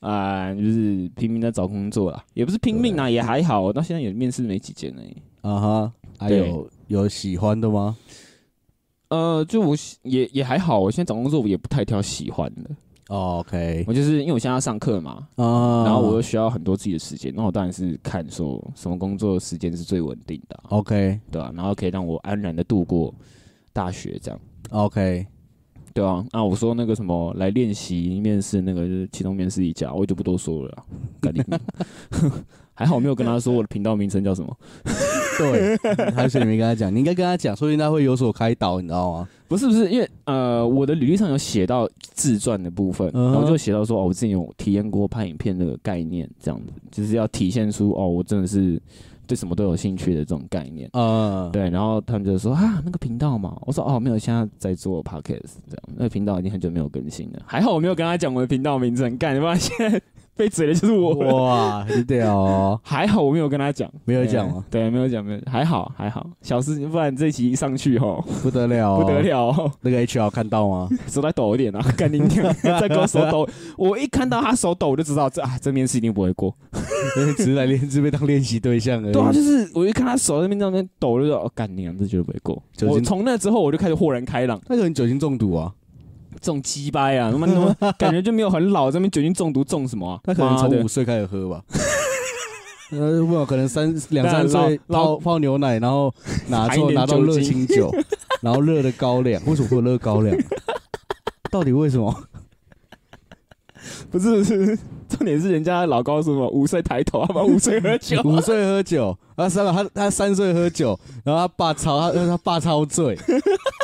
Speaker 2: 啊、就是拼命在找工作啦，也不是拼命啦，啊也还好。到现在也面试没几间呢。
Speaker 3: 啊哈，还
Speaker 2: 对
Speaker 3: 有有喜欢的吗？
Speaker 2: 呃，就我喜也也还好，我现在找工作我也不太挑喜欢的，
Speaker 3: 哦 OK
Speaker 2: 我就是因为我现在要上课嘛，
Speaker 3: 啊，
Speaker 2: 然后我又需要很多自己的时间，那我当然是看说什么工作时间是最稳定的啊、
Speaker 3: OK
Speaker 2: 对吧、然后可以让我安然的度过大学这样。
Speaker 3: OK，
Speaker 2: 对啊，那我说那个什么来练习面试那个就是其中面试一家，我就不多说了啦，干你娘 还好我没有跟他说我的频道名称叫什么。
Speaker 3: 对，还是你没跟他讲，你应该跟他讲，说不定他会有所开导，你知道吗？
Speaker 2: 不是不是，因为呃，我的履历上有写到自传的部分，
Speaker 3: 嗯哼
Speaker 2: 然后就写到说哦，我之前有体验过拍影片的概念，这样子就是要体现出哦，我真的是对什么都有兴趣的这种概念。
Speaker 3: 嗯，
Speaker 2: 对，然后他们就说啊，那个频道嘛，我说哦，没有，现在在做 podcast 这样，那个频道已经很久没有更新了，还好我没有跟他讲我的频道名称，干，不然现在被嘴的就是我。
Speaker 3: 哇，很屌哦，
Speaker 2: 还好我没有跟他讲，
Speaker 3: 没有讲吗？
Speaker 2: 对，对没有讲，没有，还好还好，小事，不然这一期一上去吼，
Speaker 3: 不得了，
Speaker 2: 不得。了哦
Speaker 3: 那个 HR 看到吗？
Speaker 2: 手再抖一点啊， 干你娘！再给我手抖，我一看到他手抖，我就知道这啊这面试一定不会过。
Speaker 3: 只是来练，只被当练习对象而已。
Speaker 2: 对啊，就是我一看他手在那边在那边抖，我就知道哦干你娘，这绝对不会过。
Speaker 3: 酒精
Speaker 2: 我从那之后我就开始豁然开朗，
Speaker 3: 那个人酒精中毒啊，
Speaker 2: 这种鸡掰啊，他妈他 妈感觉就没有很老，这边酒精中毒中什么啊？
Speaker 3: 他可能
Speaker 2: 妈的
Speaker 3: 从五岁开始喝吧。 呃，不，可能三两三岁
Speaker 2: 老 老
Speaker 3: 泡泡牛奶，然后拿
Speaker 2: 含一
Speaker 3: 错
Speaker 2: 点
Speaker 3: 拿到
Speaker 2: 酒
Speaker 3: 热
Speaker 2: 精
Speaker 3: 清酒，然后热的高粱。为什么会有热高 粱？到底为什么？，
Speaker 2: 不是不是，重点是人家老高说什么五岁抬头，他妈五岁喝酒
Speaker 3: 五岁喝酒，啊，三个他他三岁喝酒，然后他爸超他他爸超醉，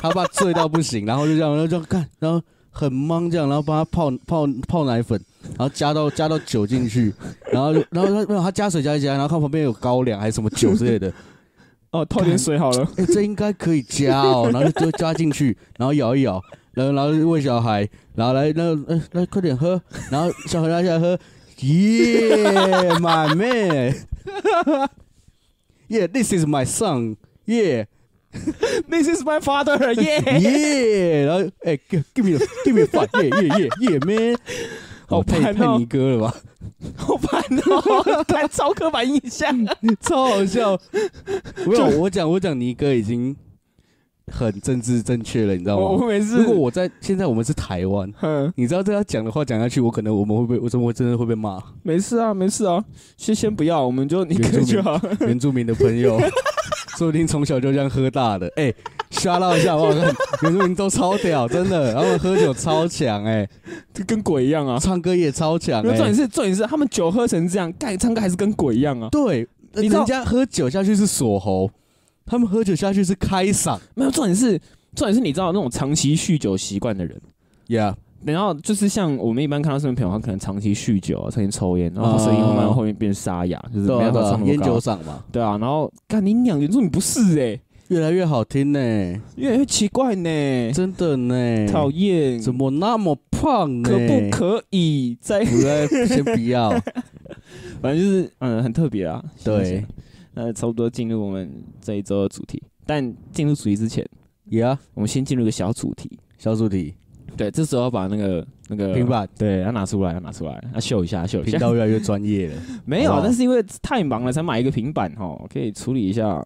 Speaker 3: 他爸醉到不行，然后就这样，然后就看，然后很忙这样，然后帮他泡泡泡奶粉，然后加到加到酒进去，然后就然后他没有他加水加一加，然后看旁边有高粱还是什么酒之类的，
Speaker 2: 哦泡点水好了，
Speaker 3: 哎、这应该可以加哦，然后就就加进去，然后摇一摇，然后然后就喂小孩，然后来那那那快点喝，然后小孩拿起来喝，耶、yeah,，my man，yeah，this is my son，yeah，yeah，
Speaker 2: This is my father，耶！
Speaker 3: 然后哎、g i v e me the- give me the fuck，yeah，yeah，yeah，yeah，man，
Speaker 2: 好烦
Speaker 3: 太
Speaker 2: 哦
Speaker 3: 太尼哥了吧，
Speaker 2: 好烦哦， 看超刻板印象。
Speaker 3: 超好笑，没有，我讲我讲尼哥已经很政治正确了，你知道
Speaker 2: 我
Speaker 3: 吗？
Speaker 2: 我每次
Speaker 3: 如果我在现在我们是台湾，
Speaker 2: 嗯，
Speaker 3: 你知道这要讲的话讲下去，我可能我们会被我真的会真的会 被骂。
Speaker 2: 没事啊，没事啊，先先不要，我们就你
Speaker 3: 原
Speaker 2: 跟
Speaker 3: 住民
Speaker 2: 就好。
Speaker 3: 原住民的朋友，说不定从小就这样喝大的。哎、刷到一下好不好看？原住民都超屌，真的，他们喝酒超强，哎，
Speaker 2: 就跟鬼一样啊。
Speaker 3: 唱歌也超强，
Speaker 2: 没有重
Speaker 3: 哎
Speaker 2: 点，是重点是他们酒喝成这样，盖唱歌还是跟鬼一样啊。
Speaker 3: 对，
Speaker 2: 你知道
Speaker 3: 人家喝酒下去是锁喉，他们喝酒下去是开嗓
Speaker 2: 没有重点是重点是你知道那种长期酗酒习惯的人，
Speaker 3: 呀。
Speaker 2: 然后就是像我们一般看到身边朋友，他可能长期�ь酒啊，长期抽烟，然后他
Speaker 3: 啊
Speaker 2: 声音慢慢后面变沙哑，就是没办
Speaker 3: 对
Speaker 2: 法
Speaker 3: 啊
Speaker 2: 唱，那
Speaker 3: 烟
Speaker 2: 么
Speaker 3: 酒
Speaker 2: 高。
Speaker 3: 嗓嘛，
Speaker 2: 对啊，然后干你娘，原住民不是哎、
Speaker 3: 越来越好听呢，
Speaker 2: 越来越奇怪呢、
Speaker 3: 真的呢。
Speaker 2: 哎讨厌，
Speaker 3: 怎么那么胖呢？
Speaker 2: 可不？可以再？
Speaker 3: 不要，先不要。
Speaker 2: 反正就是嗯，很特别啊。
Speaker 3: 对，
Speaker 2: 那差不多进入我们这一周的主题，但进入主题之前，
Speaker 3: 呀，
Speaker 2: 我们先进入一个小主题。
Speaker 3: 小主题，
Speaker 2: 对，这时候要把那个那个
Speaker 3: 平，板
Speaker 2: 对，要拿出来，要拿出来，要秀一下，秀一
Speaker 3: 频
Speaker 2: 下。
Speaker 3: 道越来越专业 了。
Speaker 2: 没有啊，
Speaker 3: 好不好
Speaker 2: 但是因为太忙了才买一个平板哦，可以处理一下。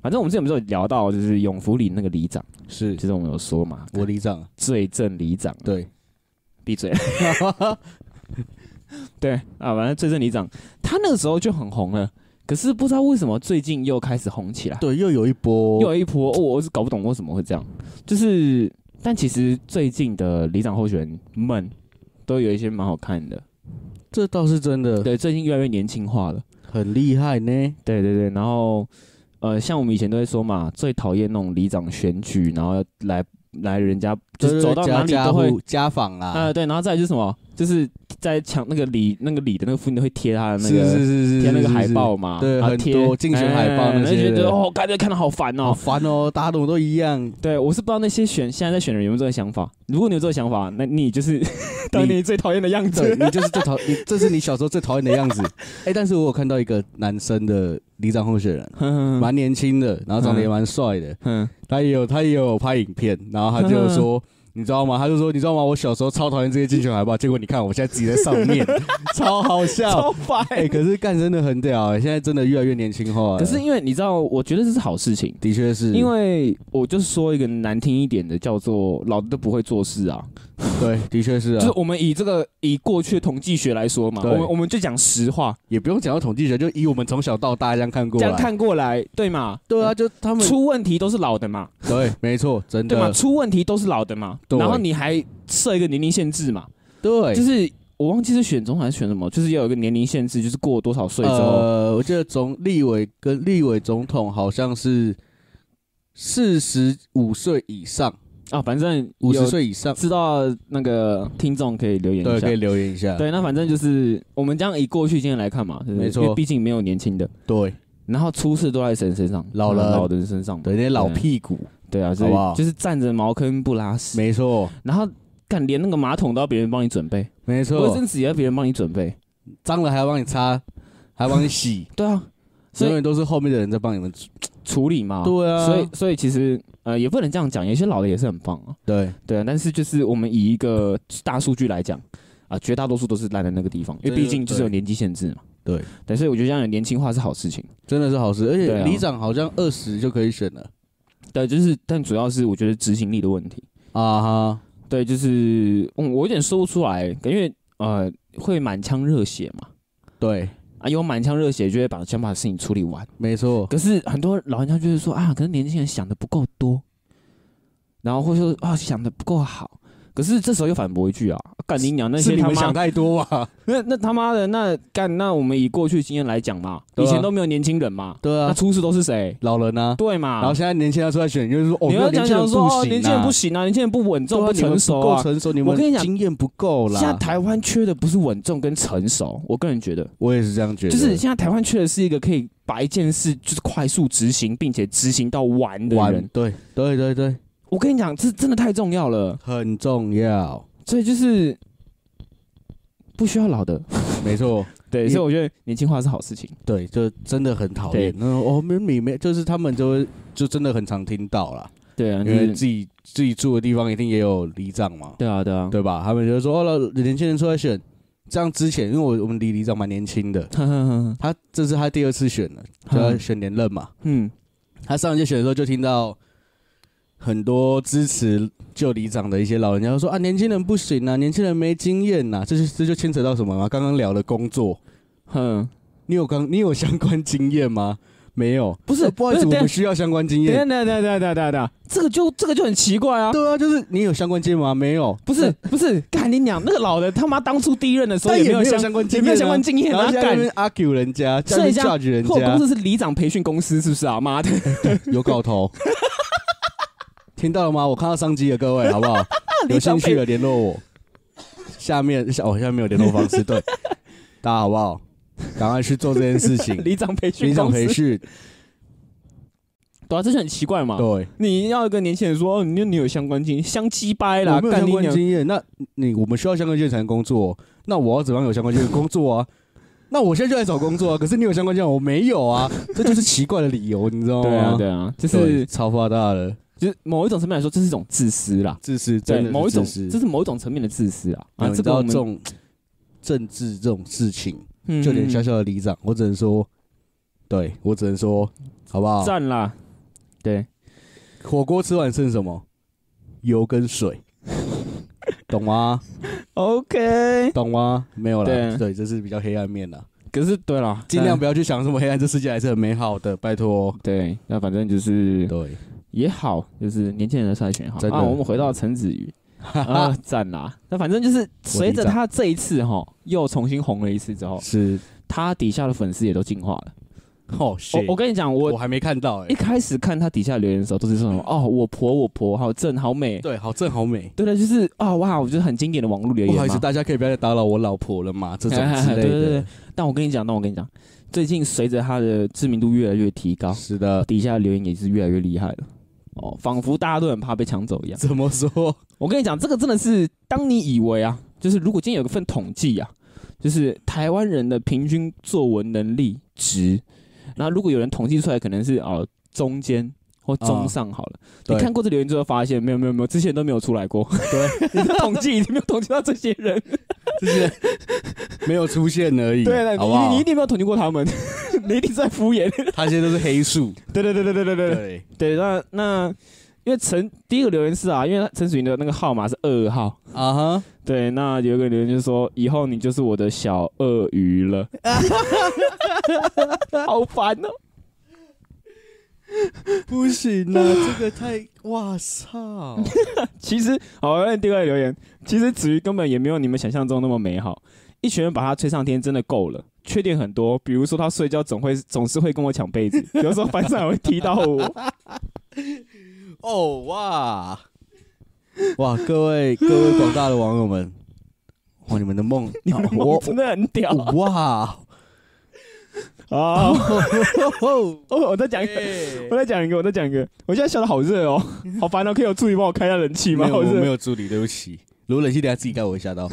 Speaker 2: 反正我们之前不是有聊到，就是永福里那个里长，
Speaker 3: 是
Speaker 2: 其实我们有说嘛，
Speaker 3: 我里长，
Speaker 2: 罪证里长，，
Speaker 3: 对，
Speaker 2: 闭嘴。对啊，反正罪证里长，他那个时候就很红了，可是不知道为什么最近又开始红起来，
Speaker 3: 对，又有一波，
Speaker 2: 又有一波，哦我是搞不懂为什么会这样，就是，但其实最近的里长候选人们都有一些蛮好看的，
Speaker 3: 这倒是真的，
Speaker 2: 对，最近越来越年轻化了。
Speaker 3: 很厉害呢。
Speaker 2: 对对对，然后呃，像我们以前都会说嘛，最讨厌那种里长选举，然后来来人家就是走到哪
Speaker 3: 家
Speaker 2: 里
Speaker 3: 家
Speaker 2: 都会
Speaker 3: 户家访啊
Speaker 2: 呃
Speaker 3: 啦，
Speaker 2: 对，然后再来就是什么，就是在墙那个里那个里的那个附近会贴他的那个。
Speaker 3: 是是
Speaker 2: 贴那个海报，嘛，
Speaker 3: 对
Speaker 2: 然后
Speaker 3: 很
Speaker 2: 贴
Speaker 3: 多竞选海报
Speaker 2: 哎
Speaker 3: 那些
Speaker 2: 就觉得
Speaker 3: 的
Speaker 2: 哦，感觉看的好烦
Speaker 3: 好
Speaker 2: 哦。
Speaker 3: 烦哦，大家怎么都一样。
Speaker 2: 对我是不知道那些选现在在选的人有没有这个想法。如果你有这个想法，那你就是 当年最讨厌的样
Speaker 3: 对
Speaker 2: 子。
Speaker 3: 你就是最讨，你这是你小时候最讨厌的样 子。哎，但是我有看到一个男生的里长候选人，
Speaker 2: 哼 哼
Speaker 3: 蛮年轻的，然后长得也蛮帅的，
Speaker 2: 哼
Speaker 3: 他也有他也有拍影片，然后他就说。
Speaker 2: 嗯
Speaker 3: 你知道吗？他就说，你知道吗？我小时候超讨厌这些竞选海报，结果你看我现在自己在上 面，超好笑。
Speaker 2: 超烦。
Speaker 3: 哎、可是干真的很屌、欸，现在真的越来越年轻化了。
Speaker 2: 可是因为你知道，我觉得这是好事情。
Speaker 3: 的确是
Speaker 2: 因为我就是说一个难听一点的，叫做老的都不会做事啊。
Speaker 3: 对，的确是啊，
Speaker 2: 就是我们以这个以过去的统计学来说嘛，我
Speaker 3: 对
Speaker 2: 们我们就讲实话，
Speaker 3: 也不用讲到统计学，就以我们从小到大这样看过
Speaker 2: 这
Speaker 3: 来，
Speaker 2: 样看过来，对嘛？
Speaker 3: 对啊，就他们
Speaker 2: 出问题都是老的嘛，
Speaker 3: 对，没错，真
Speaker 2: 对嘛？
Speaker 3: 的
Speaker 2: 出问题都是老的嘛，
Speaker 3: 对
Speaker 2: 然后你还设一个年龄限制嘛，
Speaker 3: 对，
Speaker 2: 就是我忘记是选中还是选什么，就是要有一个年龄限制，就是过多少岁之后，
Speaker 3: 呃，我记得总立委跟立委总统好像是四十五岁以上，
Speaker 2: 啊，反正
Speaker 3: 五十
Speaker 2: 有
Speaker 3: 岁以上，
Speaker 2: 知道那个听众可以留言一
Speaker 3: 对，
Speaker 2: 下
Speaker 3: 可以。留言一下，
Speaker 2: 对，那反正就是我们这样以过去经验来看嘛，对不对
Speaker 3: 没错
Speaker 2: 因为毕竟没有年轻的。
Speaker 3: 对
Speaker 2: 然后出事都在谁身上？
Speaker 3: 老人
Speaker 2: 老人身上。
Speaker 3: 对，那些老屁股，
Speaker 2: 对啊，所
Speaker 3: 好不好
Speaker 2: 以就是站着茅坑不拉屎。
Speaker 3: 没错，
Speaker 2: 然后干连那个马桶都要别人帮你准备，
Speaker 3: 没
Speaker 2: 卫
Speaker 3: 错，
Speaker 2: 生纸也要别人帮你准备。
Speaker 3: 脏了还要帮你擦，还要帮你洗，
Speaker 2: 对啊，所
Speaker 3: 永
Speaker 2: 以
Speaker 3: 远都是后面的人在帮你们，
Speaker 2: 处理嘛。
Speaker 3: 对啊
Speaker 2: 所以所以其实呃也不能这样讲，有些老的也是很棒啊。
Speaker 3: 对，
Speaker 2: 对啊，但是就是我们以一个大数据来讲。啊，绝大多数都是烂在那个地方，因为
Speaker 3: 对
Speaker 2: 毕竟就是有年纪限制嘛。
Speaker 3: 对，
Speaker 2: 对，所以我觉得这样的年轻化是好事情。
Speaker 3: 真的是好事，而
Speaker 2: 对
Speaker 3: 且
Speaker 2: 啊
Speaker 3: 里长好像二十就可以选了
Speaker 2: 对，就是，但主要是我觉得执行力的问题。
Speaker 3: 啊哈。
Speaker 2: 对，就是嗯，我有点说不出来，因为呃，会满腔热血嘛，
Speaker 3: 对，
Speaker 2: 啊，有满腔热血就会把想把事情处理完。
Speaker 3: 没错，
Speaker 2: 可是很多老人家就是说啊，可能年轻人想的不够多，然后或者说啊想的不够好。可是这时候又反驳一句啊，干你娘那
Speaker 3: 是
Speaker 2: 些
Speaker 3: 你
Speaker 2: 他
Speaker 3: 们
Speaker 2: 妈
Speaker 3: 想太多啊 吧？
Speaker 2: 那那他妈的那干那我们以过去经验来讲嘛，
Speaker 3: 对
Speaker 2: 以
Speaker 3: 啊
Speaker 2: 前都没有年轻人嘛，
Speaker 3: 对
Speaker 2: 那
Speaker 3: 啊，
Speaker 2: 出事都是谁？
Speaker 3: 老人啊，
Speaker 2: 对嘛？
Speaker 3: 然后现在年轻人出来选，就是说哦，
Speaker 2: 你
Speaker 3: 没有
Speaker 2: 要
Speaker 3: 年
Speaker 2: 讲
Speaker 3: 轻人
Speaker 2: 讲
Speaker 3: 不
Speaker 2: 说哦，
Speaker 3: 行，
Speaker 2: 年轻人不
Speaker 3: 不，
Speaker 2: 行啊，年轻人不稳重，
Speaker 3: 对啊
Speaker 2: 不
Speaker 3: 你们
Speaker 2: 成熟
Speaker 3: 不够
Speaker 2: 啊。
Speaker 3: 成熟，你们
Speaker 2: 我跟你讲
Speaker 3: 经验不够
Speaker 2: 现在
Speaker 3: 啦。
Speaker 2: 台湾缺的不是稳重跟成熟，我个人觉得，
Speaker 3: 我也是这样觉得，
Speaker 2: 就是现在台湾缺的是一个可以把一件事就是快速执行，并且执行到完的
Speaker 3: 玩，
Speaker 2: 人。
Speaker 3: 对对对对，
Speaker 2: 我跟你讲，这真的太重要了，
Speaker 3: 很重要，
Speaker 2: 所以就是不需要老的，
Speaker 3: 没错，
Speaker 2: 对，
Speaker 3: 你
Speaker 2: 所以我觉得年轻化是好事情。
Speaker 3: 对，就真的很讨厌。那种哦，没没没，就是他们就会就真的很常听到啦，
Speaker 2: 对啊，
Speaker 3: 因
Speaker 2: 就
Speaker 3: 为
Speaker 2: 是
Speaker 3: 自己自己住的地方一定也有里长嘛，
Speaker 2: 对啊，对啊，
Speaker 3: 对吧？他们就会说哦，老年轻人出来选，这样之前，因为我我们离里长蛮年轻的，
Speaker 2: 哼哼哼
Speaker 3: 他这是他第二次选了，就 要
Speaker 2: 嗯
Speaker 3: 选连任嘛。
Speaker 2: 嗯，
Speaker 3: 他上一届选的时候就听到很多支持旧里长的一些老人家就说啊，年轻人不行啊，年轻人没经验啊呐、这就这就牵扯到什么吗？刚刚聊的工作，
Speaker 2: 哼，
Speaker 3: 你有刚你有相关经验吗？没有，
Speaker 2: 不是
Speaker 3: 呃不好意思，
Speaker 2: 不
Speaker 3: 我
Speaker 2: 是
Speaker 3: 们需要相关经
Speaker 2: 等一下
Speaker 3: 验。
Speaker 2: 等一下等一下等一下等一下等一下，这个就这个就很奇怪啊。
Speaker 3: 对啊，就是你有相关经验吗？没有，
Speaker 2: 不是不是，干你娘！那个老人他妈当初第一任的时候
Speaker 3: 但也
Speaker 2: 没
Speaker 3: 没
Speaker 2: 有
Speaker 3: 有
Speaker 2: 相
Speaker 3: 相关经
Speaker 2: 也
Speaker 3: 验啊，
Speaker 2: 没有相关经验
Speaker 3: 然
Speaker 2: 啊，
Speaker 3: 后现在在那
Speaker 2: 干
Speaker 3: 边 argue 人家，在那
Speaker 2: 所以
Speaker 3: 边
Speaker 2: 这样
Speaker 3: judge 人
Speaker 2: 后公
Speaker 3: 家，
Speaker 2: 司是里长培训公司是不是啊？妈的，
Speaker 3: 有搞头。听到了吗？我看到商机了，各位，好 不好？有兴趣的联络我。下面下我下面没有联络方 式，对，大家好不好？赶快去做这件 事情，
Speaker 2: 里长培训
Speaker 3: 理想
Speaker 2: 公司
Speaker 3: 培，训，
Speaker 2: 对啊，这就很奇怪嘛。
Speaker 3: 对，
Speaker 2: 你要一个年轻人说，哦，你你有相关经验，相鸡掰啦，
Speaker 3: 我没
Speaker 2: 哎
Speaker 3: 有
Speaker 2: 干
Speaker 3: 相
Speaker 2: 你
Speaker 3: 关
Speaker 2: 娘！
Speaker 3: 经验，那你我们需要相关经验才能工作，那我要怎么样有相关经验工作啊？ 那我现在就来找工作啊，可是你有相关经验，我没有啊，这就是奇怪的理由，你知道吗？
Speaker 2: 对啊，对啊，就
Speaker 3: 哦对
Speaker 2: 是
Speaker 3: 超发大的
Speaker 2: 就是某一种层面来说，这是一种自私啦。
Speaker 3: 自私，
Speaker 2: 对
Speaker 3: 真，的
Speaker 2: 某一种
Speaker 3: 自
Speaker 2: 这
Speaker 3: 私。
Speaker 2: 是某一种层面的自私啊。啊，
Speaker 3: 啊，
Speaker 2: 这
Speaker 3: 这
Speaker 2: 个我
Speaker 3: 到
Speaker 2: 们
Speaker 3: 这种政治这种事情，
Speaker 2: 嗯
Speaker 3: 就连小
Speaker 2: 嗯
Speaker 3: 小的里长，我只能说，对我只能说，好不好？
Speaker 2: 赞啦，对，
Speaker 3: 火锅吃完剩什么？油跟水， 懂吗？
Speaker 2: OK，
Speaker 3: 懂吗？没有
Speaker 2: 对啊
Speaker 3: 啦，对，这是比较黑暗面啦。
Speaker 2: 可是对了，
Speaker 3: 尽量
Speaker 2: 但
Speaker 3: 不要去想什么黑暗，这世界还是很美好的，拜托。
Speaker 2: 对。那反正就是
Speaker 3: 对，
Speaker 2: 也好，就是年轻人的筛选好。
Speaker 3: 真的
Speaker 2: 啊，我们回到陈子 瑜啊，赞啦。那反正就是随着
Speaker 3: 我理解
Speaker 2: 他这一次哈又重新红了一次之后，
Speaker 3: 是
Speaker 2: 他底下的粉丝也都进化了。
Speaker 3: 哦，shit
Speaker 2: 我我跟你讲，
Speaker 3: 我
Speaker 2: 我
Speaker 3: 还没看到哎
Speaker 2: 一，开始看他底下留言的时候，都是说什么哦，我婆我婆，好正好美。
Speaker 3: 对，好正好美。
Speaker 2: 对的，就是啊、哇，我觉得很经典的网络留
Speaker 3: 不好
Speaker 2: 言
Speaker 3: 意
Speaker 2: 嘛
Speaker 3: 思，。大家可以不要再打扰我老婆了嘛，这种
Speaker 2: 哎
Speaker 3: 之类的。
Speaker 2: 对对 对，但我跟你讲，但我跟你讲，最近随着他的知名度越来越提高，
Speaker 3: 是的，
Speaker 2: 底下留言也是越来越厉害了。哦，仿佛大家都很怕被抢走一样。
Speaker 3: 怎么说？
Speaker 2: 我跟你讲，这个真的是，当你以为啊，就是如果今天有一份统计啊，就是台湾人的平均作文能力值，那如果有人统计出来，可能是哦、中间或中上好了。
Speaker 3: 对
Speaker 2: 你看过这留言之后，发现没有没有没有，这些人都没有出来 过。
Speaker 3: 对，
Speaker 2: 你的统计已经没有统计到这些人。
Speaker 3: 就是没有出现而已。
Speaker 2: 对
Speaker 3: 好
Speaker 2: 对，
Speaker 3: 不
Speaker 2: 你
Speaker 3: 好
Speaker 2: 你一定没有统计过他们， 你一定是在敷衍。
Speaker 3: 他现在都是黑数。
Speaker 2: 对对对对对对对
Speaker 3: 对，
Speaker 2: 对，那那因为陈第一个留言是啊，因为陈水云的那个号码是二号。
Speaker 3: 啊哈，
Speaker 2: 对，那有一个留言就说：“以后你就是我的小鳄鱼 了。”好烦哦、
Speaker 3: 不行啊，这个太……哇操！
Speaker 2: 其实，好，那第二个留言，其实子瑜根本也没有你们想象中那么美好。一群人把他吹上天真的够了，缺点很多，比如说他睡觉总会总是会跟我抢 被子，有时候翻上来会踢到我。
Speaker 3: 哦哇，哇，各位各位广大的网友们，哇，你们的梦，
Speaker 2: 你们
Speaker 3: 我
Speaker 2: 真的很屌啊！
Speaker 3: 哇，
Speaker 2: 啊
Speaker 3: 哦，
Speaker 2: 哦，我再讲一个，我再讲一个，我再讲一个，我现在笑的好热 哦，好烦哦！可以有助理帮我开一下冷气
Speaker 3: 没
Speaker 2: 吗？
Speaker 3: 有，
Speaker 2: 好
Speaker 3: 我
Speaker 2: 热
Speaker 3: 没有助理，对不起。如果冷气等下自己盖，我会 吓到。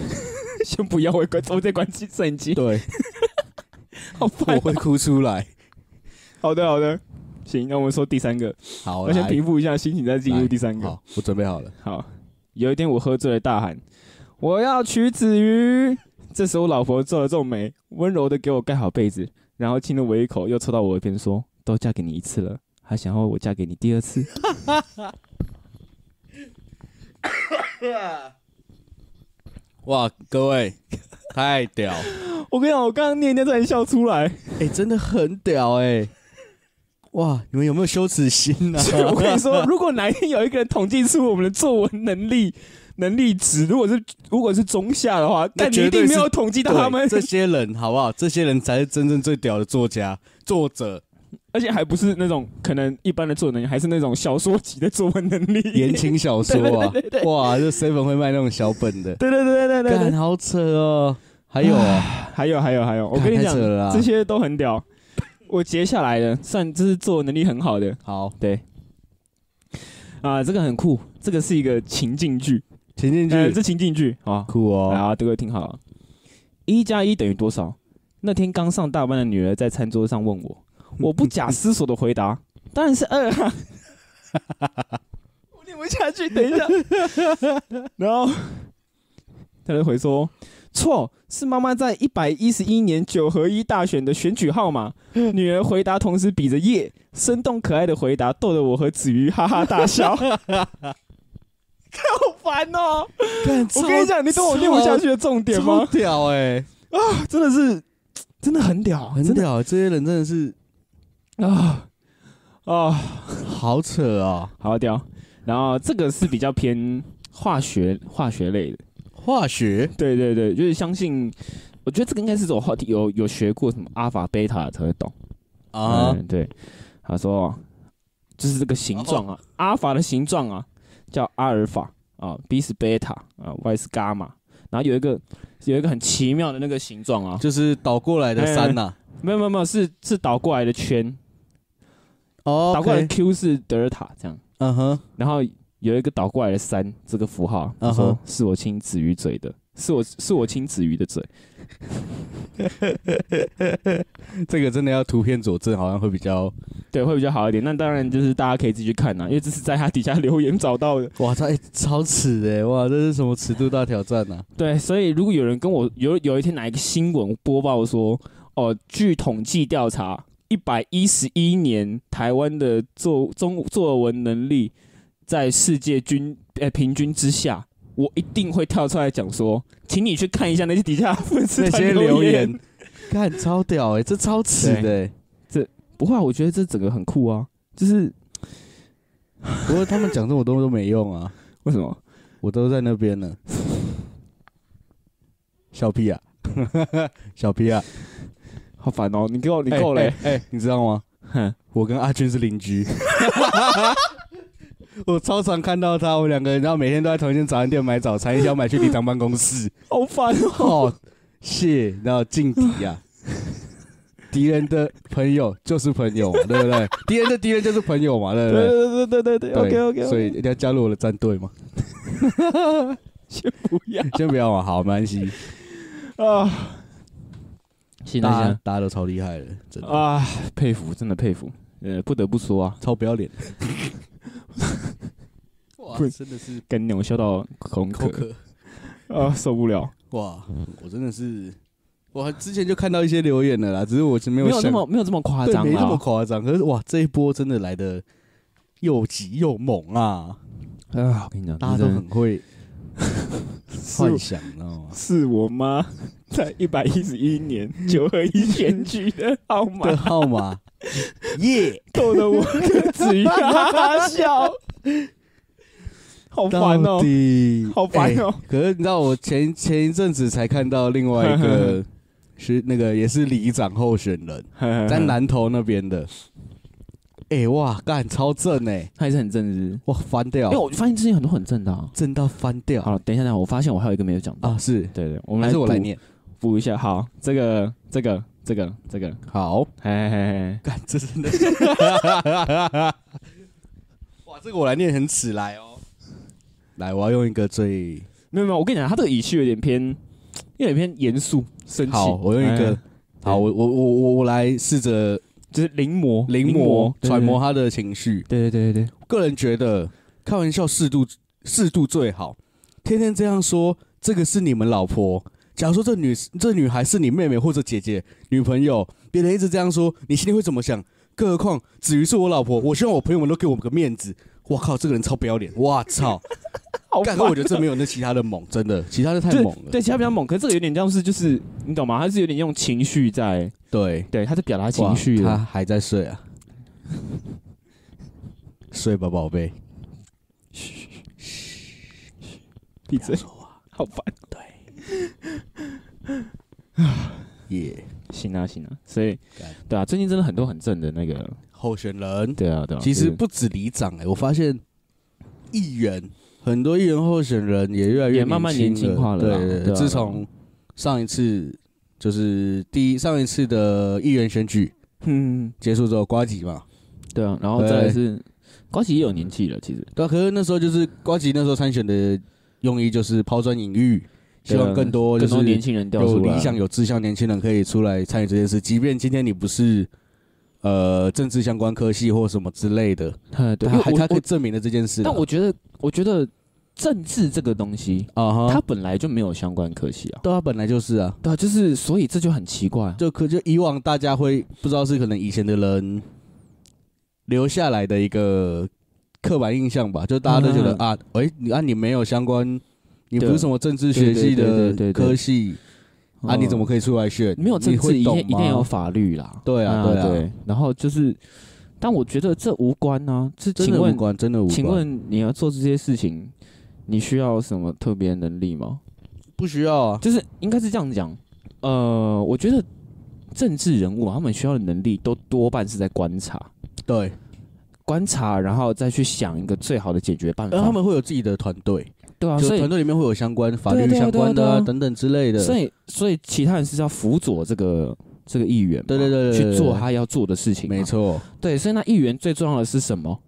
Speaker 2: 先不要，我关，我再关机摄影机，
Speaker 3: 对，
Speaker 2: 好烦哦
Speaker 3: 我。会哭出来。
Speaker 2: 好的，好的，行，那我们说第三个，
Speaker 3: 好，
Speaker 2: 我先
Speaker 3: 来
Speaker 2: 平复一下心情，再进入第三个。
Speaker 3: 好，我准备好了。
Speaker 2: 好，有一天我喝醉了，大喊：“我要娶子瑜！”这时候我老婆皱了皱眉，温柔的给我盖好被子，然后亲了我一口，又凑到我耳边说：“都嫁给你一次了，还想要我嫁给你第二次
Speaker 3: 哇，各位，太屌！？”
Speaker 2: 我跟你讲，我刚刚念一念，差点笑出 来。
Speaker 3: 哎、真的很屌哎、哇，你们有没有羞耻心啊？
Speaker 2: 所以我跟你说，如果哪一天有一个人统计出我们的作文能力能力值，如果是如果是中下的话，
Speaker 3: 那
Speaker 2: 但你一
Speaker 3: 绝对
Speaker 2: 定没有
Speaker 3: 是
Speaker 2: 统计到
Speaker 3: 对
Speaker 2: 他们，
Speaker 3: 这些人好不好？这些人才是真正最屌的作家、作者，
Speaker 2: 而且还不是那种可能一般的作文能力，还是那种小说级的作文能力。，
Speaker 3: 言情小说啊！哇，这 seven 会卖那种小本的
Speaker 2: 对对对对对
Speaker 3: 干
Speaker 2: 对，
Speaker 3: 好扯哦！还有啊，
Speaker 2: 还有还有还有，我跟你
Speaker 3: 太
Speaker 2: 讲
Speaker 3: 扯，了啦
Speaker 2: 这些都很屌。我截下来的，算这是作文能力很好的，
Speaker 3: 好，
Speaker 2: 对。啊，这个很酷，这个是一个情境剧，
Speaker 3: 前进
Speaker 2: 呃，
Speaker 3: 去，
Speaker 2: 这情境剧啊，
Speaker 3: 酷哦！
Speaker 2: 啊，各位听好了，一加一等于多少？那天刚上大班的女儿在餐桌上问 我，我不假思索的回答，当然是二 啊。 我念不下去，等一下。然后他就回说，错，是妈妈在一百一十一年九合一大选的选举号码。女儿回答同时比着耶，生动可爱的回答逗得我和子瑜哈哈大笑。 好烦哦！我跟你讲，你懂我念不下去的重点
Speaker 3: 超
Speaker 2: 吗？
Speaker 3: 屌哎、
Speaker 2: 真的是，真的很屌，
Speaker 3: 很
Speaker 2: 真的
Speaker 3: 屌、这些人真的是
Speaker 2: 啊啊，
Speaker 3: 好扯啊、
Speaker 2: 好屌。然后这个是比较偏化学化学类的，
Speaker 3: 化学
Speaker 2: 对对对，就是相信，我觉得这个应该是种话题，有有学过什么阿法贝塔才会懂
Speaker 3: 啊、
Speaker 2: 嗯，对，他说就是这个形状
Speaker 3: 哦
Speaker 2: 啊，阿法的形状啊叫阿尔法啊，B 是贝塔啊，Y 是伽马，然后有一个有一个很奇妙的那个形状啊，
Speaker 3: 就是倒过来的山呐、
Speaker 2: 没有没有没有，是是倒过来的圈，
Speaker 3: 哦
Speaker 2: 倒过来的
Speaker 3: OK，
Speaker 2: Q 是德尔塔这样，
Speaker 3: 嗯哼，
Speaker 2: 然后有一个倒过来的三这个符号，他
Speaker 3: 嗯哼
Speaker 2: 说是我亲子鱼嘴的，是我是我亲子鱼的嘴。
Speaker 3: 这个真的要图片佐证，好像会比较
Speaker 2: 对，会比较好一点。那当然就是大家可以自己去看啊啦，因为这是在他底下留言找到的。
Speaker 3: 哇，它、欸、超尺哎、哇，这是什么尺度大挑战呐、啊？
Speaker 2: 对，所以如果有人跟我有有一天哪一个新闻播报说，哦，据统计调查，一百一十一年台湾的作中作文能力在世界均呃平均之下。我一定会跳出来讲说，请你去看一下那些底下粉丝
Speaker 3: 那
Speaker 2: 团
Speaker 3: 些留
Speaker 2: 言。
Speaker 3: 言，看超屌哎、这超尺的、欸。
Speaker 2: 不会啊，我觉得这整个很酷啊，就是
Speaker 3: 不过他们讲这么多都没用啊，
Speaker 2: 为什么？
Speaker 3: 我都在那边呢。小屁啊， 小屁啊，
Speaker 2: 好烦哦！你给我，你够了欸、
Speaker 3: 哎、欸你知道吗？
Speaker 2: 哼
Speaker 3: 我跟阿军是邻 居。我超常看到他，我们两个人，然后每天都在同一间早餐店买早餐，一起要买去里长办公室。
Speaker 2: 好烦 哦！
Speaker 3: 哦，谢，然后劲敌 啊，敌人的朋友就是朋友嘛，对不对？敌人的敌人就是朋友嘛，对
Speaker 2: 对
Speaker 3: 不对？
Speaker 2: 对对对对对，OK OK，
Speaker 3: 所以一定要加入我的战队嘛。
Speaker 2: 先不要
Speaker 3: 先不要嘛，好，没关系。
Speaker 2: 啊！行
Speaker 3: 大家
Speaker 2: 了
Speaker 3: 大家都超厉害的，
Speaker 2: 行
Speaker 3: 真的、
Speaker 2: 了啊，佩服，真的佩服。呃，不得不说啊，
Speaker 3: 超不要脸。哇，真的是
Speaker 2: 跟我笑到口
Speaker 3: 口
Speaker 2: 渴
Speaker 3: 渴。
Speaker 2: 啊，受不了，
Speaker 3: 哇，我真的是，我之前就看到一些留言了啦，只是我是没
Speaker 2: 没有那
Speaker 3: 想
Speaker 2: 么没有这么夸
Speaker 3: 对
Speaker 2: 张
Speaker 3: 没那么
Speaker 2: 啊。
Speaker 3: 夸张。可是哇，这一波真的来的又急又猛啊，
Speaker 2: 啊，我跟你讲，
Speaker 3: 大家都
Speaker 2: 真的
Speaker 3: 很会 幻
Speaker 2: 是
Speaker 3: 想，你知道吗？
Speaker 2: 是我妈在一百一十一 年九合一选举的号码
Speaker 3: 的号码，耶，
Speaker 2: 逗得我跟子瑜哈哈笑，好烦
Speaker 3: 到
Speaker 2: 哦，
Speaker 3: 底哎
Speaker 2: 好烦哦。
Speaker 3: 可是你知道，我前前一阵子才看到另外一 个是那个也是里长候选人，在
Speaker 2: 但
Speaker 3: 南投那边的。哎、哇，干超正哎、
Speaker 2: 他还是很正直，
Speaker 3: 哇翻掉
Speaker 2: 因哎为，我发现最近很多很正的啊。
Speaker 3: 正到翻掉
Speaker 2: 好了，等一下，等一下，我发现我还有一个没有讲到。
Speaker 3: 啊！是，
Speaker 2: 对对，我们
Speaker 3: 还是我
Speaker 2: 补
Speaker 3: 来念？
Speaker 2: 补一下。好，这个这个这个这个，
Speaker 3: 好，
Speaker 2: 嘿嘿嘿，
Speaker 3: 干这真的， 哇，这个我来念很迟来哦。来，我要用一个最
Speaker 2: 没有没有，我跟你讲，他这个语气有点偏，有点偏严肃生气。
Speaker 3: 好，我用一个
Speaker 2: 哎
Speaker 3: 好，我我我我我来试着
Speaker 2: 就是临摹
Speaker 3: 临摹
Speaker 2: 对
Speaker 3: 揣摩他的情绪。
Speaker 2: 对对对对对，
Speaker 3: 个人觉得开玩笑适度适度最好，天天这样说，这个是你们老婆。假如说这女这女孩是你妹妹或者姐姐、女朋友，别人一直这样说，你心里会怎么想？更何况子瑜是我老婆，我希望我朋友们都给我们个面子。我靠，这个人超不要脸！我 操，
Speaker 2: 好烦
Speaker 3: 干！可我觉得这没有那其他的猛，真的，其他的太
Speaker 2: 对
Speaker 3: 猛了。
Speaker 2: 对，其他比较猛，可是这个有点像是就是你懂吗？他是有点用情绪在，
Speaker 3: 对，
Speaker 2: 对，他在表达情绪
Speaker 3: 哇
Speaker 2: 的
Speaker 3: 他。还在睡啊，睡吧，宝贝。
Speaker 2: 闭嘴，好烦。
Speaker 3: 耶、
Speaker 2: 行啊行啊，所以
Speaker 3: 干
Speaker 2: 对啊，最近真的很多很正的那个，
Speaker 3: 候选人
Speaker 2: 对啊对啊。
Speaker 3: 其
Speaker 2: 就
Speaker 3: 实
Speaker 2: 是
Speaker 3: 不止里长哎、我发现议员很多议员候选人也越来越
Speaker 2: 也慢慢年轻化了啦
Speaker 3: 对对
Speaker 2: 对啊
Speaker 3: 自从上一次就是第一上一次的议员选举
Speaker 2: 嗯，
Speaker 3: 结束之后，瓜吉嘛，
Speaker 2: 对啊，然后
Speaker 3: 对
Speaker 2: 再来是高启也有年纪了，其实
Speaker 3: 对啊、可是那时候就是瓜吉那时候参选的用意就是抛砖引玉，希望更多就
Speaker 2: 啊更多
Speaker 3: 是
Speaker 2: 年轻人掉
Speaker 3: 有
Speaker 2: 出来，
Speaker 3: 理想、有志向年轻人可以出来参与这件事，即便今天你不是。呃，政治相关科系或什么之类的，
Speaker 2: 哎对，
Speaker 3: 他
Speaker 2: 因为
Speaker 3: 还
Speaker 2: 我
Speaker 3: 他可以
Speaker 2: 我
Speaker 3: 啊证明了这件事啦。
Speaker 2: 但我觉得，我觉得政治这个东西，
Speaker 3: 啊哈，
Speaker 2: 它本来就没有相关科系啊。
Speaker 3: 对啊，本来就是啊，
Speaker 2: 对啊，就是所以这就很奇怪啊。
Speaker 3: 就可就以往大家会不知道是可能以前的人留下来的一个刻板印象吧，就大家都觉得、
Speaker 2: 嗯
Speaker 3: 啊，哎、你啊你没有相关，你不
Speaker 2: 对
Speaker 3: 是什么政治学
Speaker 2: 对对
Speaker 3: 系
Speaker 2: 对
Speaker 3: 的
Speaker 2: 对对对
Speaker 3: 科系啊，
Speaker 2: 嗯
Speaker 3: 你怎么可以出来选？
Speaker 2: 没有政
Speaker 3: 你
Speaker 2: 治
Speaker 3: 会
Speaker 2: 一定
Speaker 3: 懂啊
Speaker 2: 一定有
Speaker 3: 吗？
Speaker 2: 法律啦。
Speaker 3: 对啊对啊
Speaker 2: 然后就是，但我觉得这无关啊。这
Speaker 3: 真
Speaker 2: 请
Speaker 3: 的无
Speaker 2: 问，
Speaker 3: 关，真的无关。
Speaker 2: 请问你要做这些事情，你需要什么特别能力吗？
Speaker 3: 不需要啊？
Speaker 2: 就是应该是这样讲。呃，我觉得政治人物啊，他们需要的能力都多半是在观察，
Speaker 3: 对，
Speaker 2: 观察，然后再去想一个最好的解决办法。
Speaker 3: 然呃后他们会有自己的团队，
Speaker 2: 对嗯啊，
Speaker 3: 就
Speaker 2: 所以
Speaker 3: 团队里面会有相关法
Speaker 2: 对啊
Speaker 3: 律
Speaker 2: 对啊
Speaker 3: 相关的
Speaker 2: 对啊
Speaker 3: 啊
Speaker 2: 对啊
Speaker 3: 等等之类的。
Speaker 2: 所以所以其他人是要辅佐这个这个议员嘛，
Speaker 3: 对对对对对
Speaker 2: 去做他要做的事情，
Speaker 3: 没。错，
Speaker 2: 对，所以那议员最重要的是什么？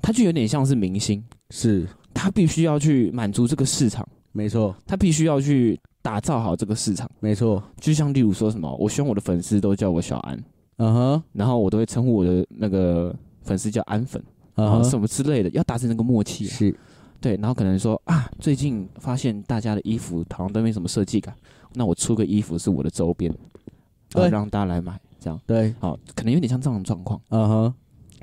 Speaker 2: 他就有点像是明星，
Speaker 3: 是
Speaker 2: 他必须要去满足这个市场，
Speaker 3: 没错，
Speaker 2: 他必须要去打造好这个市场。
Speaker 3: 没错。
Speaker 2: 就像例如说什么，我希望我的粉丝都叫我小安，
Speaker 3: 嗯哼，
Speaker 2: 然后我都会称呼我的那个粉丝叫安粉，然
Speaker 3: 嗯
Speaker 2: 后
Speaker 3: 哼，
Speaker 2: 什么之类的，要达成那个默契啊、
Speaker 3: 是
Speaker 2: 对，然后可能说啊，最近发现大家的衣服好像都没什么设计感，那我出个衣服是我的周边，然
Speaker 3: 对
Speaker 2: 后让大家来买，这样
Speaker 3: 对，
Speaker 2: 好，可能有点像这种状况。
Speaker 3: 嗯哼，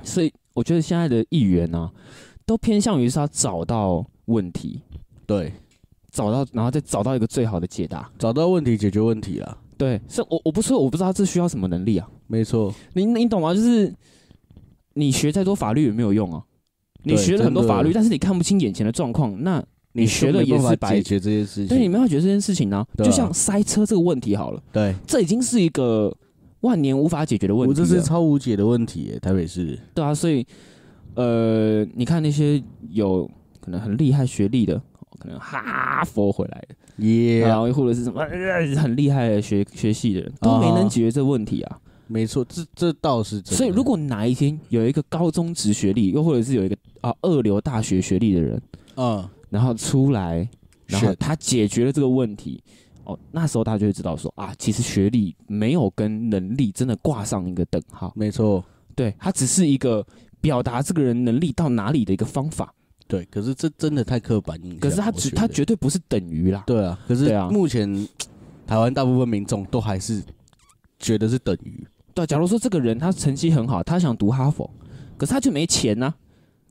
Speaker 2: 所以我觉得现在的议员呢、都偏向于是要找到问题，
Speaker 3: 对，
Speaker 2: 找到然后再找到一个最好的解答。
Speaker 3: 找到问题解决问题啊，
Speaker 2: 对，是我我不是我不知道这需要什么能力啊，
Speaker 3: 没错，
Speaker 2: 你你懂吗？就是你学再多法律也没有用啊，你
Speaker 3: 对
Speaker 2: 学了很多
Speaker 3: 真的
Speaker 2: 法律，但是你看不清眼前的状况，那你
Speaker 3: 就
Speaker 2: 学的
Speaker 3: 没
Speaker 2: 也
Speaker 3: 办法
Speaker 2: 是白
Speaker 3: 解决这些事情，
Speaker 2: 对你没有解决这件事情呢、
Speaker 3: 对啊
Speaker 2: 就像塞车这个问题好了，
Speaker 3: 对，
Speaker 2: 这已经是一个万年无法解决的问
Speaker 3: 我
Speaker 2: 题
Speaker 3: 这
Speaker 2: 了。
Speaker 3: 是超无解的问啊题耶，台北市，
Speaker 2: 对啊，所以呃，你看那些有可能很厉害学历的，可能哈佛回来的，
Speaker 3: 耶，
Speaker 2: 然后或者是什么、呃很厉害的学学系的人，都没能解决这问题啊。
Speaker 3: 没错，这这倒是真的，
Speaker 2: 所以如果哪一天有一个高中职学历，又或者是有一个啊二流大学学历的人，
Speaker 3: 嗯，
Speaker 2: 然后出来，然后
Speaker 3: 是
Speaker 2: 他解决了这个问题。哦，那时候大家就会知道说啊，其实学历没有跟能力真的挂上一个等号，
Speaker 3: 没错，
Speaker 2: 对，它只是一个表达这个人能力到哪里的一个方法。
Speaker 3: 对，可是这真的太刻板印象，
Speaker 2: 可是他
Speaker 3: 我
Speaker 2: 只
Speaker 3: 觉
Speaker 2: 他
Speaker 3: 得
Speaker 2: 绝对不是等于啦。
Speaker 3: 对啊，可是
Speaker 2: 对啊
Speaker 3: 目前台湾大部分民众都还是觉得是等于，
Speaker 2: 对，假如说这个人他成绩很好，他想读哈佛，可是他就没钱呐、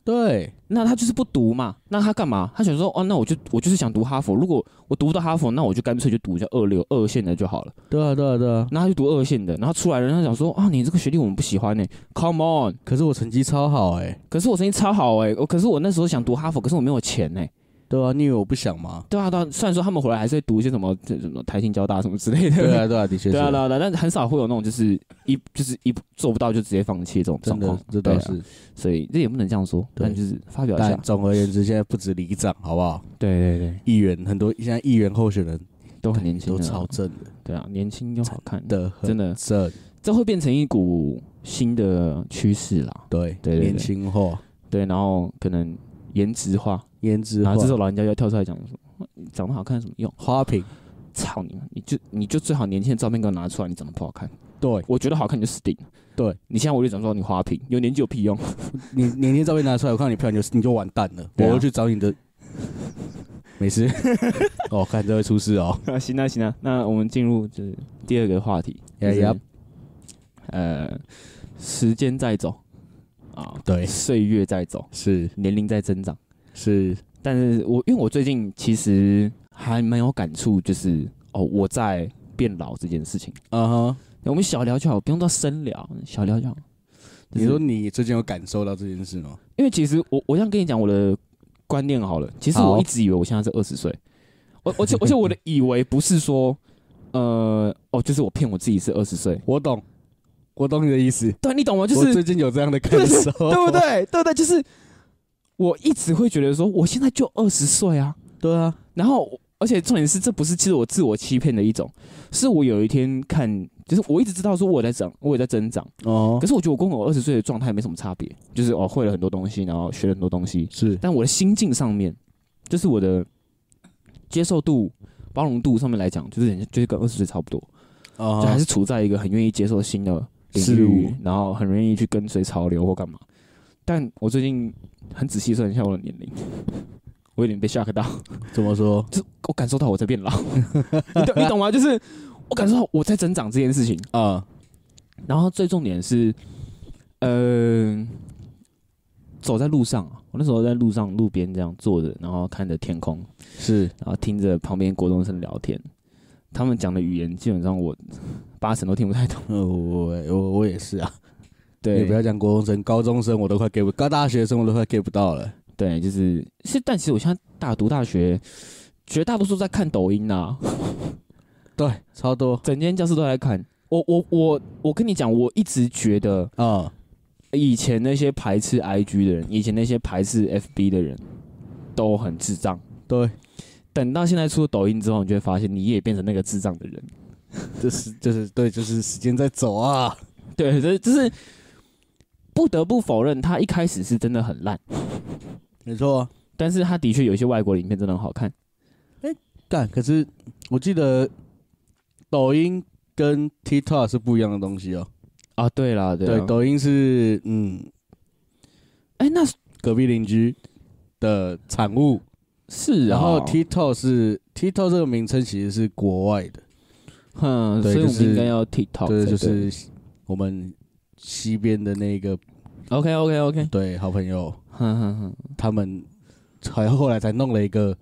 Speaker 3: 对，
Speaker 2: 那他就是不读嘛，那他干嘛？他想说哦，那我就我就是想读哈佛，如果我读到哈佛，那我就干脆就读一下二流二线的就好了。
Speaker 3: 对啊，对啊，对啊，
Speaker 2: 那他就读二线的，然后出来了，他想说啊，你这个学历我们不喜欢呢、Come on，
Speaker 3: 可是我成绩超好哎、
Speaker 2: 可是我成绩超好哎、我可是我那时候想读哈佛，可是我没有钱哎、
Speaker 3: 对啊，你以为我不想吗？
Speaker 2: 对啊，对啊，虽然说他们回来还是会读一些什么这什么台新交大什么之类的，
Speaker 3: 对啊，对啊，的确是，
Speaker 2: 对 啊，对啊，对啊但很少会有那种就是一就是一做不到就直接放弃这种状
Speaker 3: 真
Speaker 2: 况
Speaker 3: 的，，这
Speaker 2: 对
Speaker 3: 倒
Speaker 2: 啊
Speaker 3: 是。
Speaker 2: 所以这也不能这样说，
Speaker 3: 对
Speaker 2: 但就是发表一下
Speaker 3: 但，总而言之，现在不止里长，好不好？
Speaker 2: 对对对，
Speaker 3: 议员很多，现在议员候选人
Speaker 2: 都很年轻
Speaker 3: 都
Speaker 2: 啊，
Speaker 3: 超正的，
Speaker 2: 对啊，年轻又好看，
Speaker 3: 的很
Speaker 2: 真的，
Speaker 3: 正，
Speaker 2: 这会变成一股新的趋势啦，
Speaker 3: 对，
Speaker 2: 对对
Speaker 3: 年轻化、
Speaker 2: 对，然后可能颜值化，
Speaker 3: 颜值
Speaker 2: 然
Speaker 3: 化
Speaker 2: 后这，时候老人家要跳出来讲说，长得好看有什么用？
Speaker 3: 花瓶，
Speaker 2: 操你妈！你就你就最好年轻的照片给我拿出来，你长得不好看，
Speaker 3: 对
Speaker 2: 我觉得好看你就死定了。
Speaker 3: 对，
Speaker 2: 你现在我就讲说你花瓶，有年纪有屁用？
Speaker 3: 你年轻照片拿出来，我看到你漂亮，你就你就完蛋了，我
Speaker 2: 对啊
Speaker 3: 要去找 你的，没事，哦，看这会出事哦，
Speaker 2: 行啊行啊，那我们进入就是第二个话题，
Speaker 3: Yeah,
Speaker 2: 就是
Speaker 3: yup
Speaker 2: 呃，时间在走啊，
Speaker 3: 对
Speaker 2: 岁月在走，
Speaker 3: 是
Speaker 2: 年龄在增长。
Speaker 3: 是，
Speaker 2: 但是我因为我最近其实还蛮有感触，就是哦，我在变老这件事情。
Speaker 3: 嗯哼，
Speaker 2: 我们小聊就好，不用到深聊，小聊就好。就是
Speaker 3: 你说你最近有感受到这件事吗？
Speaker 2: 因为其实我我想跟你讲我的观念好了，其实
Speaker 3: 好
Speaker 2: 我一直以为我现在是二十岁，我而且而且我的以为不是说，呃，哦，就是我骗我自己是二十岁，
Speaker 3: 我懂，我懂你的意思，
Speaker 2: 对，你懂吗？就
Speaker 3: 我
Speaker 2: 是
Speaker 3: 最近有这样的感受，
Speaker 2: 对不？对？对不对？就是我一直会觉得说，我现在就二十岁啊，
Speaker 3: 对啊，
Speaker 2: 然后而且重点是，这不是其实我自我欺骗的一种，是我有一天看，就是我一直知道说我在长，我也在增长，
Speaker 3: 哦
Speaker 2: 可，是我觉得我跟我二十岁的状态没什么差别，就是哦会了很多东西，然后学了很多东西，
Speaker 3: 是
Speaker 2: 但我的心境上面，就是我的接受度、包容度上面来讲，就是人家就是跟二十岁差不多，
Speaker 3: 啊
Speaker 2: 就还是处在一个很愿意接受新的领
Speaker 3: 事物
Speaker 2: 域，然后很愿意去 跟随潮流或干嘛。但我最近很仔细算一下我的年龄，我有点被 shock 到，
Speaker 3: 怎么说？
Speaker 2: 就是 我感受到我在变老， 你懂你懂吗？就是我感受到我在增长这件事情。
Speaker 3: 啊、
Speaker 2: 然后最重点是，呃，走在路上啊，我那时候在路上路边这样坐着，然后看着天空，
Speaker 3: 是
Speaker 2: 然后听着旁边国中生聊天，他们讲的语言基本上我八成都听不太懂。
Speaker 3: 呃，我我我也是啊。
Speaker 2: 对，
Speaker 3: 你不要讲国中生、高中生，我都快 get 不，高大学生我都快 get 不到了。
Speaker 2: 对，就是是，但其实我现在大读大学，绝大多数在看抖音呐、
Speaker 3: 对，超多
Speaker 2: 整间教室都在看。我我我我跟你讲，我一直觉得
Speaker 3: 啊、
Speaker 2: 以前那些排斥 IG 的人，以前那些排斥 FB 的人，都很智障。
Speaker 3: 对，
Speaker 2: 等到现在出了抖音之后，你就会发现你也变成那个智障的人。
Speaker 3: 就是就是对，就是时间在走啊。
Speaker 2: 对，这就是不得不否认，他一开始是真的很烂，
Speaker 3: 没错、啊，
Speaker 2: 但是他的确有一些外国的影片真的很好看。
Speaker 3: 干，可是我记得抖音跟 TikTok 是不一样的东西哦。
Speaker 2: 啊，对啦，对啦，
Speaker 3: 抖音是嗯
Speaker 2: 哎、那是
Speaker 3: 隔壁邻居的产物，
Speaker 2: 是、
Speaker 3: 然后
Speaker 2: 哦
Speaker 3: TikTok 是 TikTok 这个名称其实是国外的，
Speaker 2: 哼，
Speaker 3: 对
Speaker 2: 所以我
Speaker 3: 就
Speaker 2: 们应
Speaker 3: 是
Speaker 2: 该要 TikTok
Speaker 3: 对，
Speaker 2: 才
Speaker 3: 就是我们西边的那个
Speaker 2: OK OK OK，
Speaker 3: 对好朋友。
Speaker 2: 哼哼哼，
Speaker 3: 他们好像后来才弄了一个，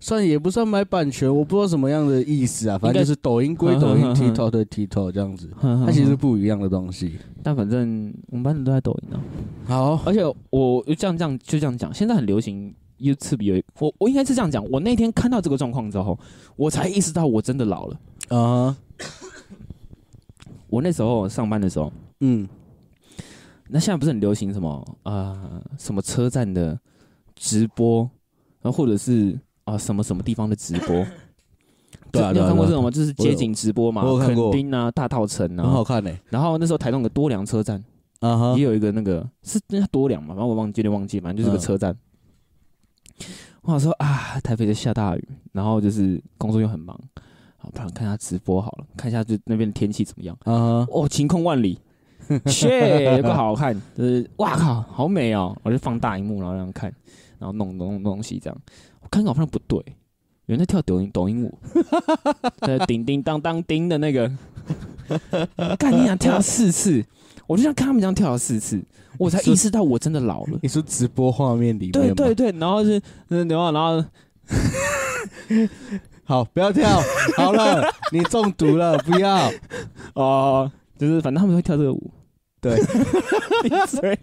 Speaker 3: 算也不算买版权，我不知道什么样的意思啊，反正就是抖音归抖音
Speaker 2: 应该
Speaker 3: ，TikTok 对 TikTok 这样子，
Speaker 2: 哼哼
Speaker 3: 它其实是不一样的东西。
Speaker 2: 但反正我们班人都在抖音啊，
Speaker 3: 好，
Speaker 2: 而且我就这样这样就这样讲，现在很流行 YouTube 有一我我应该是这样讲，我那天看到这个状况之后，我才意识到我真的老了。
Speaker 3: 啊，
Speaker 2: 我那时候上班的时候，
Speaker 3: 嗯，
Speaker 2: 那现在不是很流行什么啊、呃什么车站的直播，然后或者是啊、什么什么地方的直播。
Speaker 3: 对啊
Speaker 2: 你
Speaker 3: 对
Speaker 2: 有
Speaker 3: 啊
Speaker 2: 看过这
Speaker 3: 对啊
Speaker 2: 种吗？就是街景直播嘛，
Speaker 3: 我有我有看过
Speaker 2: 垦丁啊、大稻城
Speaker 3: 很好
Speaker 2: 啊。
Speaker 3: 看呢。
Speaker 2: 然后那时候台东有个多良车站，
Speaker 3: 啊哈
Speaker 2: 也，有一个那个是那多良嘛，反正我忘记有点忘记，反正就是个
Speaker 3: 嗯
Speaker 2: 车站。我想说啊，台北在下大雨，然后就是工作又很忙，好，不然看一下直播好了，看一下就那边的天气怎么样。
Speaker 3: 啊哈，
Speaker 2: 哦，晴空万里， 切，有个好看，就是哇靠，好美哦！我就放大荧幕，然后这样看，然后弄弄弄东西这样，我看看好像不对，有人在跳抖音抖 音舞，呃，叮叮当当叮的那个，干你想跳了四次，我就像看他们这样跳了四次，我才意识到我真的老了。
Speaker 3: 你说直播画面里 面
Speaker 2: 对
Speaker 3: 吗
Speaker 2: 对，对，然后是，嗯然后然后
Speaker 3: 好，不要跳，好了，你中毒了，不要。
Speaker 2: 哦、就是反正他们会跳这个舞，
Speaker 3: 对，
Speaker 2: 对，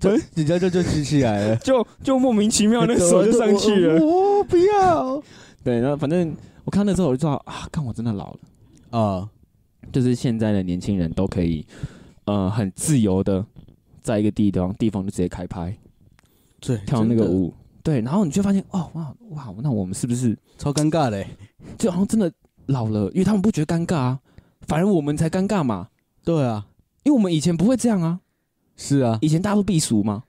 Speaker 3: 就人家就就举起来了，
Speaker 2: 就就莫名其妙那手就上去了。
Speaker 3: 我我不要
Speaker 2: 对，然后反正我看了之后我就知道啊，看我真的老了，
Speaker 3: 啊，
Speaker 2: 就是现在的年轻人都可以，呃，很自由的在一个地方地方就直接开拍
Speaker 3: 对，
Speaker 2: 跳那个
Speaker 3: 真的，
Speaker 2: 舞，对，然后你就发现哦哇哇，那我们是不是
Speaker 3: 超尴尬嘞。
Speaker 2: 就好像真的老了？因为他们不觉得尴尬啊，反而我们才尴尬嘛，
Speaker 3: 对啊，
Speaker 2: 因为我们以前不会这样啊，
Speaker 3: 是啊，
Speaker 2: 以前大家都避俗嘛，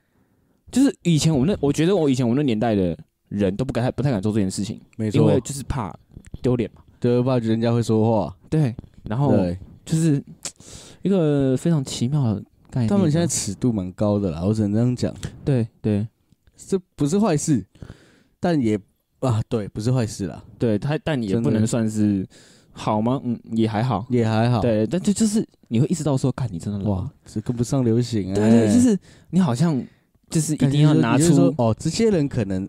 Speaker 2: 就是以前我们那我觉得我以前我们那年代的人都不敢太不太敢做这件事情，
Speaker 3: 没错，
Speaker 2: 因为就是怕丢脸嘛，
Speaker 3: 对，怕人家会说话。
Speaker 2: 对，然后。
Speaker 3: 对，
Speaker 2: 就是一个非常奇妙的概念。啊
Speaker 3: 他们现在尺度蛮高的啦，我只能这样讲，
Speaker 2: 对对
Speaker 3: 这不是坏事，但也啊，对，不是坏事啦，
Speaker 2: 对，他但也
Speaker 3: 真的
Speaker 2: 不能算是好吗？嗯，也还好。
Speaker 3: 也还好。，
Speaker 2: 对，但就就是你会意识到说，看你真的老
Speaker 3: 哇
Speaker 2: 了。，
Speaker 3: 这跟不上流行哎、
Speaker 2: 对对，就是你好像就是一
Speaker 3: 感觉
Speaker 2: 定要
Speaker 3: 就
Speaker 2: 拿
Speaker 3: 你就说
Speaker 2: 出
Speaker 3: 哦，这些人可能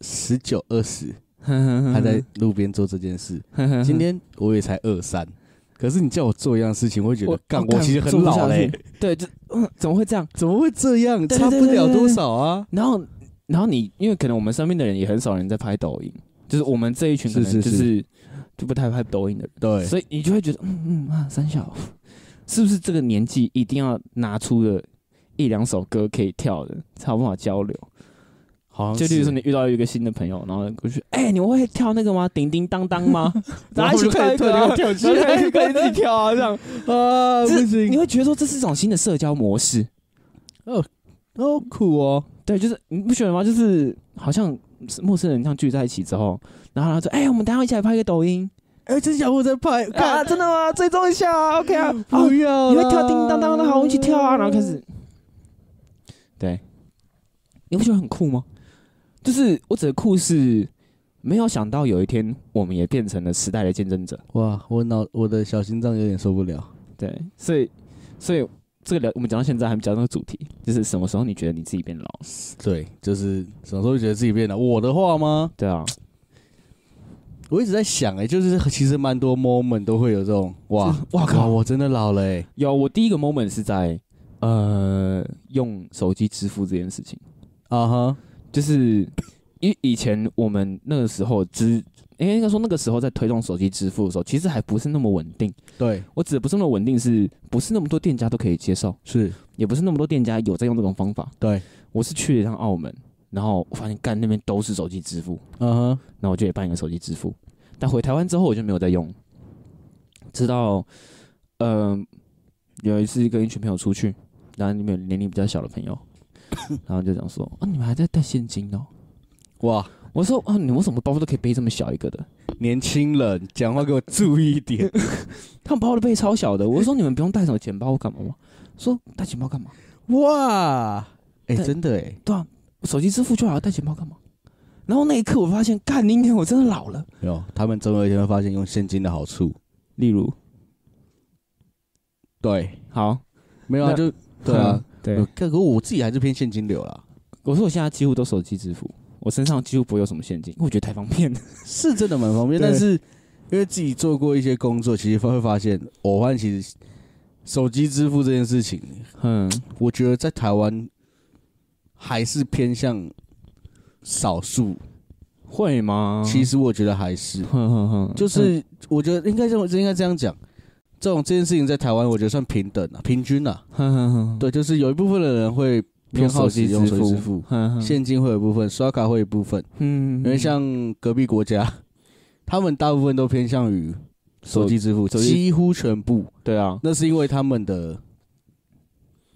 Speaker 3: 十九二十还
Speaker 2: 还
Speaker 3: 在路边做这件事， 今天我也才二三。可是你叫我做一样事情，我会觉得干，我其实很
Speaker 2: 干做不
Speaker 3: 老嘞、。
Speaker 2: 下去对，就嗯，怎么会这样？
Speaker 3: 怎么会这样？
Speaker 2: 对对
Speaker 3: 差不
Speaker 2: 对对
Speaker 3: 了
Speaker 2: 对
Speaker 3: 多
Speaker 2: 对
Speaker 3: 少啊！
Speaker 2: 然后然后你因为可能我们身边的人也很少人在拍抖音，就是我们这一群可能
Speaker 3: 是
Speaker 2: 就是是就不太拍抖音的人。
Speaker 3: 对，
Speaker 2: 所以你就会觉得，嗯嗯啊，三小是不是这个年纪一定要拿出的一两首歌可以跳的，才有办法交流？
Speaker 3: 好像
Speaker 2: 就例如
Speaker 3: 是
Speaker 2: 说，你遇到一个新的朋友，然后过去，哎、你会跳那个吗？叮叮当当吗？大家
Speaker 3: 然后
Speaker 2: 一起
Speaker 3: 就开
Speaker 2: 跳一个、
Speaker 3: 始突然
Speaker 2: 啊
Speaker 3: 就，跳起
Speaker 2: 然后
Speaker 3: 来
Speaker 2: 就开始一 起跳啊，这样，
Speaker 3: 啊，不
Speaker 2: 这
Speaker 3: 行
Speaker 2: 你，会觉得说这是一种新的社交模式，
Speaker 3: 好苦哦。
Speaker 2: 对，就是你不觉得吗？就是好像陌生人这样聚在一起之后，然后他说，哎、我们等一下一起来拍个抖音，
Speaker 3: 哎、真想我在拍，
Speaker 2: 啊，
Speaker 3: 看、嗯
Speaker 2: 真的吗？追踪一下啊，OK 啊，啊
Speaker 3: 不要、
Speaker 2: 你会跳叮当当的，好，我们一起啊跳啊，然后开始，对，你不觉得很酷吗？就是我只的酷是没有想到有一天我们也变成了时代的见证者。
Speaker 3: 哇，我脑我的小心脏有点受不了。
Speaker 2: 对，所以所以这个聊我们讲到现在还没讲到那个主题，就是什么时候你觉得你自己变老了？
Speaker 3: 对，就是什么时候会觉得自己变老？我的话吗？
Speaker 2: 对啊，
Speaker 3: 我一直在想、哎，就是其实蛮多 moment 都会有这种哇
Speaker 2: 是，哇靠
Speaker 3: 我真的老了、哎，
Speaker 2: 有我第一个 moment 是在呃用手机支付这件事情，
Speaker 3: 啊哈，
Speaker 2: 就是以以前我们那个时候支。因为应该说那个时候在推动手机支付的时候，其实还不是那么稳定。
Speaker 3: 对，
Speaker 2: 我指的不是那么稳定，是不是那么多店家都可以接受，
Speaker 3: 是，
Speaker 2: 也不是那么多店家有在用这种方法。
Speaker 3: 对，
Speaker 2: 我是去了一趟澳门，然后我发现干那边都是手机支付，
Speaker 3: 嗯哼，
Speaker 2: 那我就也办一个手机支付。但回台湾之后，我就没有再用。直到，呃，有一次跟一群朋友出去，然后那边有年龄比较小的朋友，然后就讲说：“啊，你们还在带现金哦
Speaker 3: 哇，？”
Speaker 2: 我说：“啊，你为什么包包都可以背这么小一个的？
Speaker 3: 年轻人讲话给我注意一点，
Speaker 2: 他们包包都背超小的。”我说：“你们不用带什么钱包干嘛吗？”说：“带钱包干嘛？
Speaker 3: 哇，哎、
Speaker 2: 对
Speaker 3: 真的哎、
Speaker 2: 对啊，手机支付就好，带钱包干嘛？”然后那一刻，我发现，干，今天我真的老了。
Speaker 3: 有，他们总有一天会发现用现金的好处。
Speaker 2: 例如，
Speaker 3: 对，
Speaker 2: 好，
Speaker 3: 没有啊，
Speaker 2: 那
Speaker 3: 就对啊。
Speaker 2: 对
Speaker 3: 呃，可可我自己还是偏现金流啦，
Speaker 2: 我说我现在几乎都手机支付，我身上几乎不会有什么现金，因为我觉得太方便了。
Speaker 3: 是真的蛮方便，
Speaker 2: 对
Speaker 3: 但是因为自己做过一些工作，其实会发现，哦我发现其实手机支付这件事情，
Speaker 2: 嗯，
Speaker 3: 我觉得在台湾还是偏向少数。
Speaker 2: 会吗？
Speaker 3: 其，实我觉得还是，
Speaker 2: 哼哼哼，
Speaker 3: 就是我觉得应该这么应该这样讲，这种这件事情在台湾我觉得算平等啊，平均啊。
Speaker 2: 哼哼哼，
Speaker 3: 对，就是有一部分的人会偏
Speaker 2: 嗯用
Speaker 3: 好
Speaker 2: 手
Speaker 3: 使
Speaker 2: 机
Speaker 3: 用手
Speaker 2: 支
Speaker 3: 机支
Speaker 2: 付
Speaker 3: 付，，
Speaker 2: 哼哼，
Speaker 3: 现金会有一部分，刷卡会有一部分。
Speaker 2: 嗯，
Speaker 3: 因为像隔壁国家， 他们大部分都偏向于手机支付，
Speaker 2: 手机
Speaker 3: 几乎全部。
Speaker 2: 对啊，
Speaker 3: 那是因为他们的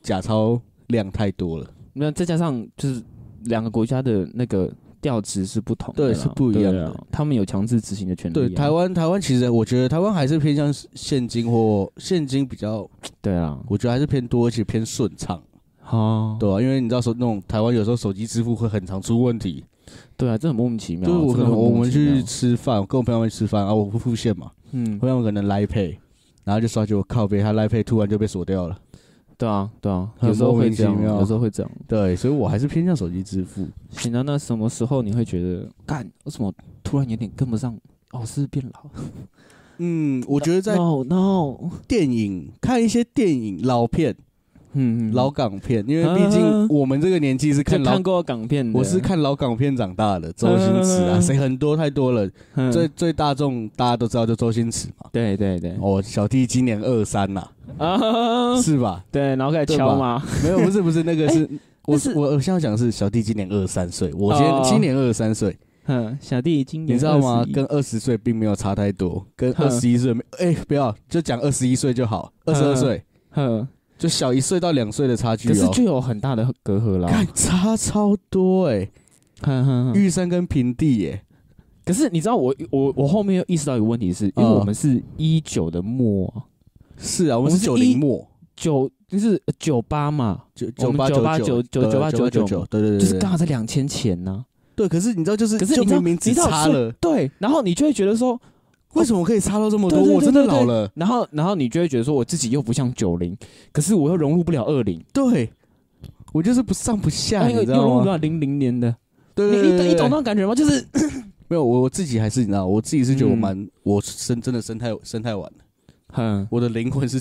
Speaker 3: 假钞量太多了，
Speaker 2: 那再加上就是两个国家的那个调值是不同的啦，
Speaker 3: 对是不一样的
Speaker 2: 对啊他们有强制执行的权利啊、
Speaker 3: 对台湾，台湾其实我觉得台湾还是偏向现金或现金比较，
Speaker 2: 对啊，
Speaker 3: 我觉得还是偏多，而且偏顺畅，
Speaker 2: 好，
Speaker 3: 对吧、啊因为你知道手那种台湾有时候手机支付会很常出问题，
Speaker 2: 对啊，这很莫名其妙。
Speaker 3: 就是我
Speaker 2: 真
Speaker 3: 可
Speaker 2: 的
Speaker 3: 能
Speaker 2: 很莫
Speaker 3: 我
Speaker 2: 名
Speaker 3: 们
Speaker 2: 其
Speaker 3: 去
Speaker 2: 妙，
Speaker 3: 吃饭，我跟我朋友们去吃饭啊，我不付现嘛，
Speaker 2: 嗯
Speaker 3: 朋，友们可能来 pay，然后就刷就我靠背，他来 pay 突然就被锁掉了，
Speaker 2: 对啊，对啊，
Speaker 3: 很
Speaker 2: 有时候
Speaker 3: 莫
Speaker 2: 会
Speaker 3: 名
Speaker 2: 这样，
Speaker 3: 其妙
Speaker 2: 有时候会这样。
Speaker 3: 对，所以我还是偏向手机支付，
Speaker 2: 行啊，那什么时候你会觉得干？为什么突然有点跟不上？哦，是不是变老。
Speaker 3: 嗯，我觉得在
Speaker 2: no no，
Speaker 3: 电影看一些电影老片。
Speaker 2: 嗯，嗯
Speaker 3: 老港片，因为毕竟
Speaker 2: 啊
Speaker 3: 我们这个年纪是看
Speaker 2: 就
Speaker 3: 老
Speaker 2: 看，过港片的，
Speaker 3: 我是看老港片长大的，周星驰啊，
Speaker 2: 嗯
Speaker 3: 谁很多太多了，
Speaker 2: 嗯
Speaker 3: 最最大众大家都知道就周星驰嘛。
Speaker 2: 对对对
Speaker 3: 哦，小弟今年二三呐，
Speaker 2: 啊，
Speaker 3: 是吧？
Speaker 2: 对，然后开始敲嘛，
Speaker 3: 没有，不是不哎是，那个是我
Speaker 2: 但是
Speaker 3: 我我现在讲的是小弟今年二三岁，我今
Speaker 2: 哦
Speaker 3: 今年二三岁，
Speaker 2: 嗯，小弟今年
Speaker 3: 你知道吗？
Speaker 2: 21
Speaker 3: 跟二十岁并没有差太多，跟
Speaker 2: 嗯
Speaker 3: 二十一岁没，哎，不要就讲二十一岁就好，二
Speaker 2: 嗯
Speaker 3: 十二岁
Speaker 2: 嗯，
Speaker 3: 就小一岁到两岁的差距
Speaker 2: 可是
Speaker 3: 哦啊
Speaker 2: 就。有很大的隔阂啦。
Speaker 3: 看差超多哎，
Speaker 2: 哼哼哼
Speaker 3: 嗯玉山跟平地耶，
Speaker 2: 可是你知道我我我后面又意识到一个问题是，因为
Speaker 3: 嗯
Speaker 2: 我们是一九的末啊
Speaker 3: 是啊，
Speaker 2: 我
Speaker 3: 我们
Speaker 2: 们是
Speaker 3: 是九
Speaker 2: 一
Speaker 3: 零末，
Speaker 2: 九就是九八嘛，
Speaker 3: 九
Speaker 2: 我们
Speaker 3: 八
Speaker 2: 98
Speaker 3: 九
Speaker 2: 九九
Speaker 3: 八
Speaker 2: 98
Speaker 3: 九
Speaker 2: 99
Speaker 3: 对对对，
Speaker 2: 就是
Speaker 3: 对
Speaker 2: 刚好在两千前呢。
Speaker 3: 对。可是你知道，就是
Speaker 2: 可是
Speaker 3: 就
Speaker 2: 你知道
Speaker 3: 明明
Speaker 2: 你
Speaker 3: 只
Speaker 2: 知道
Speaker 3: 差
Speaker 2: 是
Speaker 3: 了，
Speaker 2: 对，然后你就会觉得说，
Speaker 3: 为什么可以差到这么多？
Speaker 2: 对对对
Speaker 3: 我真的
Speaker 2: 对对
Speaker 3: 老了，
Speaker 2: 然后然后你就会觉得说，我自己又不像九零，可是我又融入不了二零，
Speaker 3: 对，我就是不上不下，
Speaker 2: 又
Speaker 3: 啊你知
Speaker 2: 融入不
Speaker 3: 道吗？
Speaker 2: 了零零年的，
Speaker 3: 对
Speaker 2: 你
Speaker 3: 对
Speaker 2: 你
Speaker 3: 对对
Speaker 2: 懂
Speaker 3: 对，
Speaker 2: 你懂那种感觉吗？就是
Speaker 3: 没有我我自己还是你知道，我自己是觉得我
Speaker 2: 嗯
Speaker 3: 蛮我生真的生太生太晚了，
Speaker 2: 哼，
Speaker 3: 我的灵魂是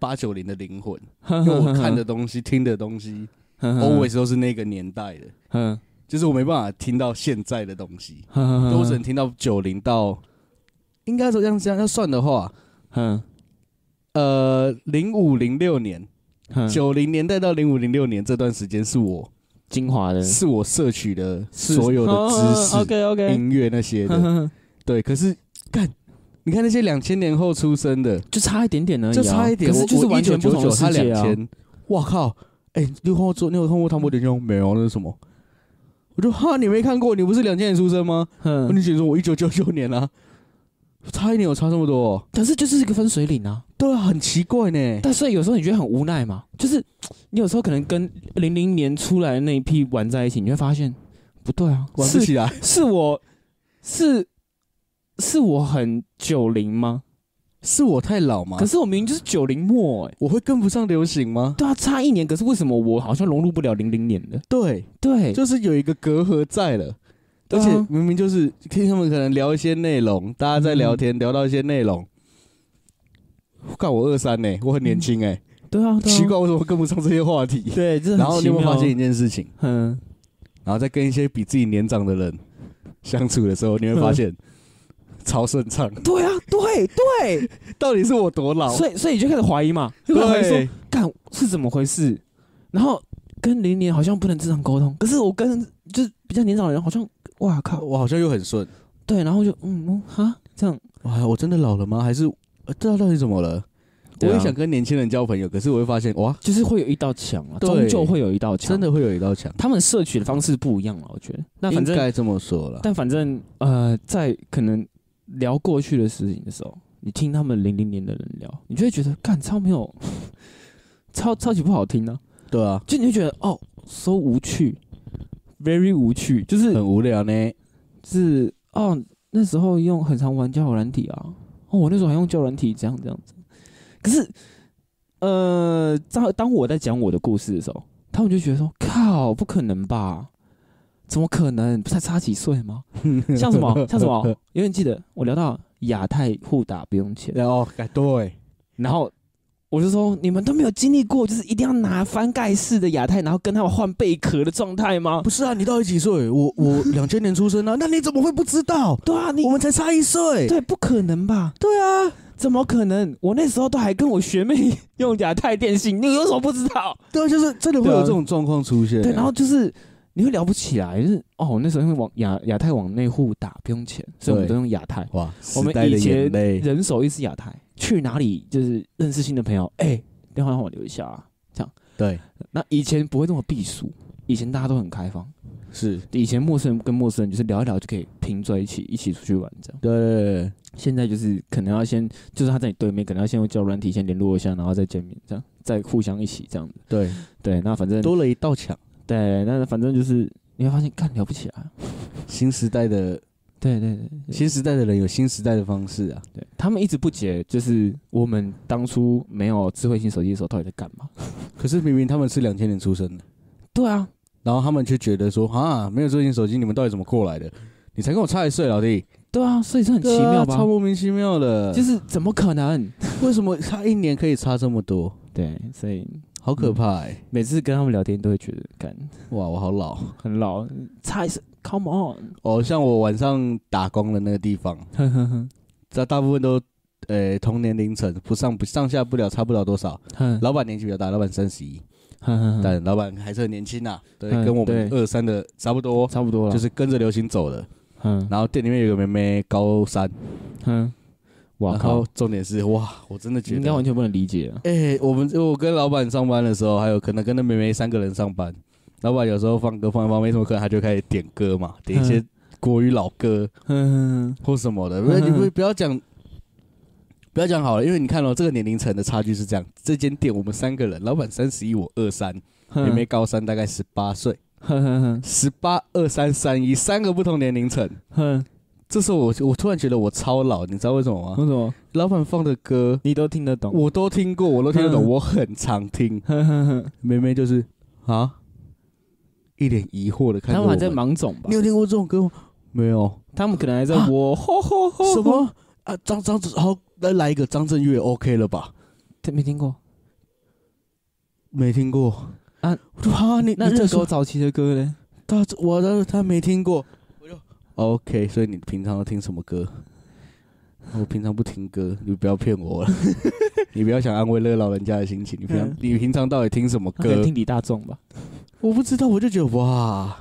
Speaker 3: 八九零的 灵魂，
Speaker 2: 因
Speaker 3: 因为我看的东西、听的东西，always
Speaker 2: 嗯
Speaker 3: 都是那个年代的，
Speaker 2: 哼
Speaker 3: 就是我没办法听到现在的东西，
Speaker 2: 哼
Speaker 3: 就我只能听到九零到，应该说这样这样要算的话，
Speaker 2: 哼
Speaker 3: 呃，零五零六年，
Speaker 2: 哼
Speaker 3: 九零年代到零五零六年这段时间，是我
Speaker 2: 精华的
Speaker 3: 是我摄取的所有的知
Speaker 2: 哦 OK
Speaker 3: 识、
Speaker 2: OK，
Speaker 3: 音乐那 些的。对，可是干，你看那些两千年后出生的，哎
Speaker 2: 就差一点点而已啊，
Speaker 3: 就差一点，
Speaker 2: 可是
Speaker 3: 我
Speaker 2: 就是
Speaker 3: 我
Speaker 2: 完全不同的
Speaker 3: 1999
Speaker 2: 世
Speaker 3: 他
Speaker 2: 界
Speaker 3: 两
Speaker 2: 啊。
Speaker 3: 千，我靠！哎，你有看过做，你有看过唐伯虎点秋香没有？那是什么？我就哈，你没看过，你不是两千年出生吗？我
Speaker 2: 哼，
Speaker 3: 就觉得我一九九九年啊，差一年有差这么多、哦，
Speaker 2: 可是就是一个分水岭啊。
Speaker 3: 对啊，很奇怪呢。
Speaker 2: 但所以有时候你觉得很无奈嘛，就是你有时候可能跟零零年出来的那一批玩在一起，你会发现不对啊，
Speaker 3: 玩不
Speaker 2: 是
Speaker 3: 起来。
Speaker 2: 是我是是我很九零吗？
Speaker 3: 是我太老吗
Speaker 2: 可？是我明明就是九零末哎、
Speaker 3: 我会跟不上流行吗？
Speaker 2: 对啊，差一年，可是为什么我好像融入不了零零年的？
Speaker 3: 对，
Speaker 2: 对，
Speaker 3: 就是有一个隔阂在了。而
Speaker 2: 对啊
Speaker 3: 且明明就是听他们可能聊一些内容，大家在聊天、聊到一些内容。看我二三呢，我很年轻哎、
Speaker 2: 对啊，对啊
Speaker 3: 奇怪，为什么跟不上这些话题？
Speaker 2: 对，这很
Speaker 3: 然后你有没有
Speaker 2: 奇妙
Speaker 3: 发现一，件事情？
Speaker 2: 嗯，
Speaker 3: 然后再跟一些比自己年长的人相处的时候，你会发现超顺畅。
Speaker 2: 对啊，对对，
Speaker 3: 到底是我多老？
Speaker 2: 所以所以你就开始怀疑嘛，就开始怀疑
Speaker 3: 对
Speaker 2: 说，干是怎么回事？然后跟零年好像不能正常沟通，可是我跟就是比较年长的人好像，哇靠，
Speaker 3: 我好像又很顺。
Speaker 2: 对，然后就嗯嗯哈这样，
Speaker 3: 哇，我真的老了吗？还是呃这到底怎么了？我
Speaker 2: 对啊
Speaker 3: 也想跟年轻人交朋友，可是我会发现，哇，
Speaker 2: 就是会有一道墙啊，
Speaker 3: 对
Speaker 2: 终究会有一道墙，
Speaker 3: 真。的会有一道墙。
Speaker 2: 他们摄取的方式不一样了，啊我觉得。那反
Speaker 3: 应
Speaker 2: 正，
Speaker 3: 该这么说了。
Speaker 2: 但反正，呃，在可能聊过去的事情的时候，你听他们零零年的人聊，你就会觉得，干超没有， 超超级不好听呢、
Speaker 3: 对啊，
Speaker 2: 就你就觉得，哦，so 无趣，very 无趣，就是
Speaker 3: 很无聊呢。
Speaker 2: 是哦，那时候用很常玩交友软体啊，哦，我那时候还用交友软体，这样这样子。可是，呃，当当我在讲我的故事的时候，他们就觉得说：“靠，不可能吧？怎么可能？不才差几岁吗？像 什么？像什么？永远记得我聊到亚太互打不用钱，
Speaker 3: 然后，哎对，
Speaker 2: 然后我就说：你们都没有经历过，就是一定要拿翻盖式的亚太，然后跟他们换贝壳的状态吗？
Speaker 3: 不是啊，你到底几岁？我 我两千年出生啊，那你怎么会不知道？
Speaker 2: 对啊，你
Speaker 3: 我们才差一岁。
Speaker 2: 对，不可能吧？
Speaker 3: 对啊，
Speaker 2: 怎么可能？我那时候都还跟我学妹用亚太电信，你有什么不知道？
Speaker 3: 对啊，就是真的会
Speaker 2: 对
Speaker 3: 有
Speaker 2: 啊
Speaker 3: 这种状况出现。
Speaker 2: 对，然后就是你会聊不起来，就是哦，那时候因为往亚亚太往内户打不用钱，所以我们都
Speaker 3: 对
Speaker 2: 用亚太，
Speaker 3: 哇，
Speaker 2: 我们
Speaker 3: 时代的
Speaker 2: 以前
Speaker 3: 眼泪
Speaker 2: 人手一支亚太，去哪里就是认识新的朋友，哎、电话让我留一下啊。
Speaker 3: 对
Speaker 2: 那以前不会这么避暑，以前大家都很开放，
Speaker 3: 是，
Speaker 2: 以前陌生人跟陌生人就是聊一聊就可以平在一起，一起出去玩这样。
Speaker 3: 对对对对
Speaker 2: 现在就是可能要先，就是他在你对面，可能要先用交友软体先联络一下，然后再见面，这样再互相一起这样子。
Speaker 3: 对，
Speaker 2: 对，那反正
Speaker 3: 对多了一道墙，
Speaker 2: 对，但是反正就是你会发现，干聊不起来。啊
Speaker 3: 新时代的
Speaker 2: 对对对
Speaker 3: 新时代的人有新时代的方式啊。
Speaker 2: 对，他们一直不解，就是我们当初没有智慧型手机的时候到底在干嘛？
Speaker 3: 可是明明他们是两千年出生的，
Speaker 2: 对啊，
Speaker 3: 然后他们却觉得说啊，没有最近手机，你们到底怎么过来的？你才跟我差一岁，老弟，
Speaker 2: 对啊，所以这很奇妙
Speaker 3: 对
Speaker 2: 吧？
Speaker 3: 啊超莫名其妙的。
Speaker 2: 就是是怎么可能？
Speaker 3: 为什么差一年可以差这么多？
Speaker 2: 对，所以
Speaker 3: 好可怕哎、
Speaker 2: 每次跟他们聊天都会觉得，干
Speaker 3: 哇，我好老
Speaker 2: 很老，差一次，come on，
Speaker 3: 哦。像我晚上打工的那个地 方，
Speaker 2: 呵呵呵，
Speaker 3: 这大部分都呃同年龄层，不上不上下不了，差不了多少。
Speaker 2: 哼
Speaker 3: 老板年纪比较大，老板三十一，
Speaker 2: 哼哼，
Speaker 3: 但老板还是很年轻呐、嗯对，
Speaker 2: 嗯
Speaker 3: 嗯跟我们
Speaker 2: 对
Speaker 3: 二三的差不多，
Speaker 2: 差不多了，
Speaker 3: 就是跟着流行走的。
Speaker 2: 哼
Speaker 3: 然后店里面有个妹妹高三，
Speaker 2: 哼，哇
Speaker 3: 然
Speaker 2: 靠
Speaker 3: 后，重点是哇，我真的觉
Speaker 2: 应该
Speaker 3: 得
Speaker 2: 完。全不能理解啊。
Speaker 3: 哎、我们我跟老板上班的时候，还有可能跟那妹妹三个人上班，老板有时候放歌放一放没什么课，他就开始点歌嘛，点一些
Speaker 2: 嗯
Speaker 3: 国语老歌
Speaker 2: 哼哼
Speaker 3: 或什么的。
Speaker 2: 嗯
Speaker 3: 不要你
Speaker 2: 嗯
Speaker 3: 不不要讲，不要讲好了，因为你看哦，这个年龄层的差距是这样：这间店我们三个人，老板三十一，我二三，
Speaker 2: 哼
Speaker 3: 妹妹高三，大概十八岁，
Speaker 2: 哼哼
Speaker 3: 十八二三三一，三个不同年龄层。
Speaker 2: 哼
Speaker 3: 这时候我我突然觉得我超老，你知道为什么
Speaker 2: 哼，
Speaker 3: 吗？
Speaker 2: 为什么
Speaker 3: 老板放的歌
Speaker 2: 你都听得懂？
Speaker 3: 我都听过，我都听得懂，
Speaker 2: 嗯
Speaker 3: 我很常听。
Speaker 2: 哼哼哼。
Speaker 3: 妹妹就是啊，一脸疑惑的看
Speaker 2: 他
Speaker 3: 着
Speaker 2: 们
Speaker 3: 我
Speaker 2: 还
Speaker 3: 们。
Speaker 2: 在忙种吧
Speaker 3: 你？有听过这种歌吗？没有。
Speaker 2: 他们可能还在
Speaker 3: 啊
Speaker 2: 我吼吼吼
Speaker 3: 什
Speaker 2: 吼？
Speaker 3: 么啊？张张好，来来一个张震岳，OK 了吧？
Speaker 2: 他没听过？
Speaker 3: 没听过
Speaker 2: 啊？
Speaker 3: 哇，你
Speaker 2: 那
Speaker 3: 你
Speaker 2: 热
Speaker 3: 在
Speaker 2: 狗
Speaker 3: 说
Speaker 2: 早期的歌呢？
Speaker 3: 他我的他没听过，我就 OK。所以你平常都听什么歌？我平常不听歌，你不要骗我了。 你不要想安慰那个老人家的心情。你平常
Speaker 2: 嗯
Speaker 3: 你平常到底听什么
Speaker 2: 他可能
Speaker 3: 歌？
Speaker 2: 听李大众吧？
Speaker 3: 我不知道，我就觉得哇，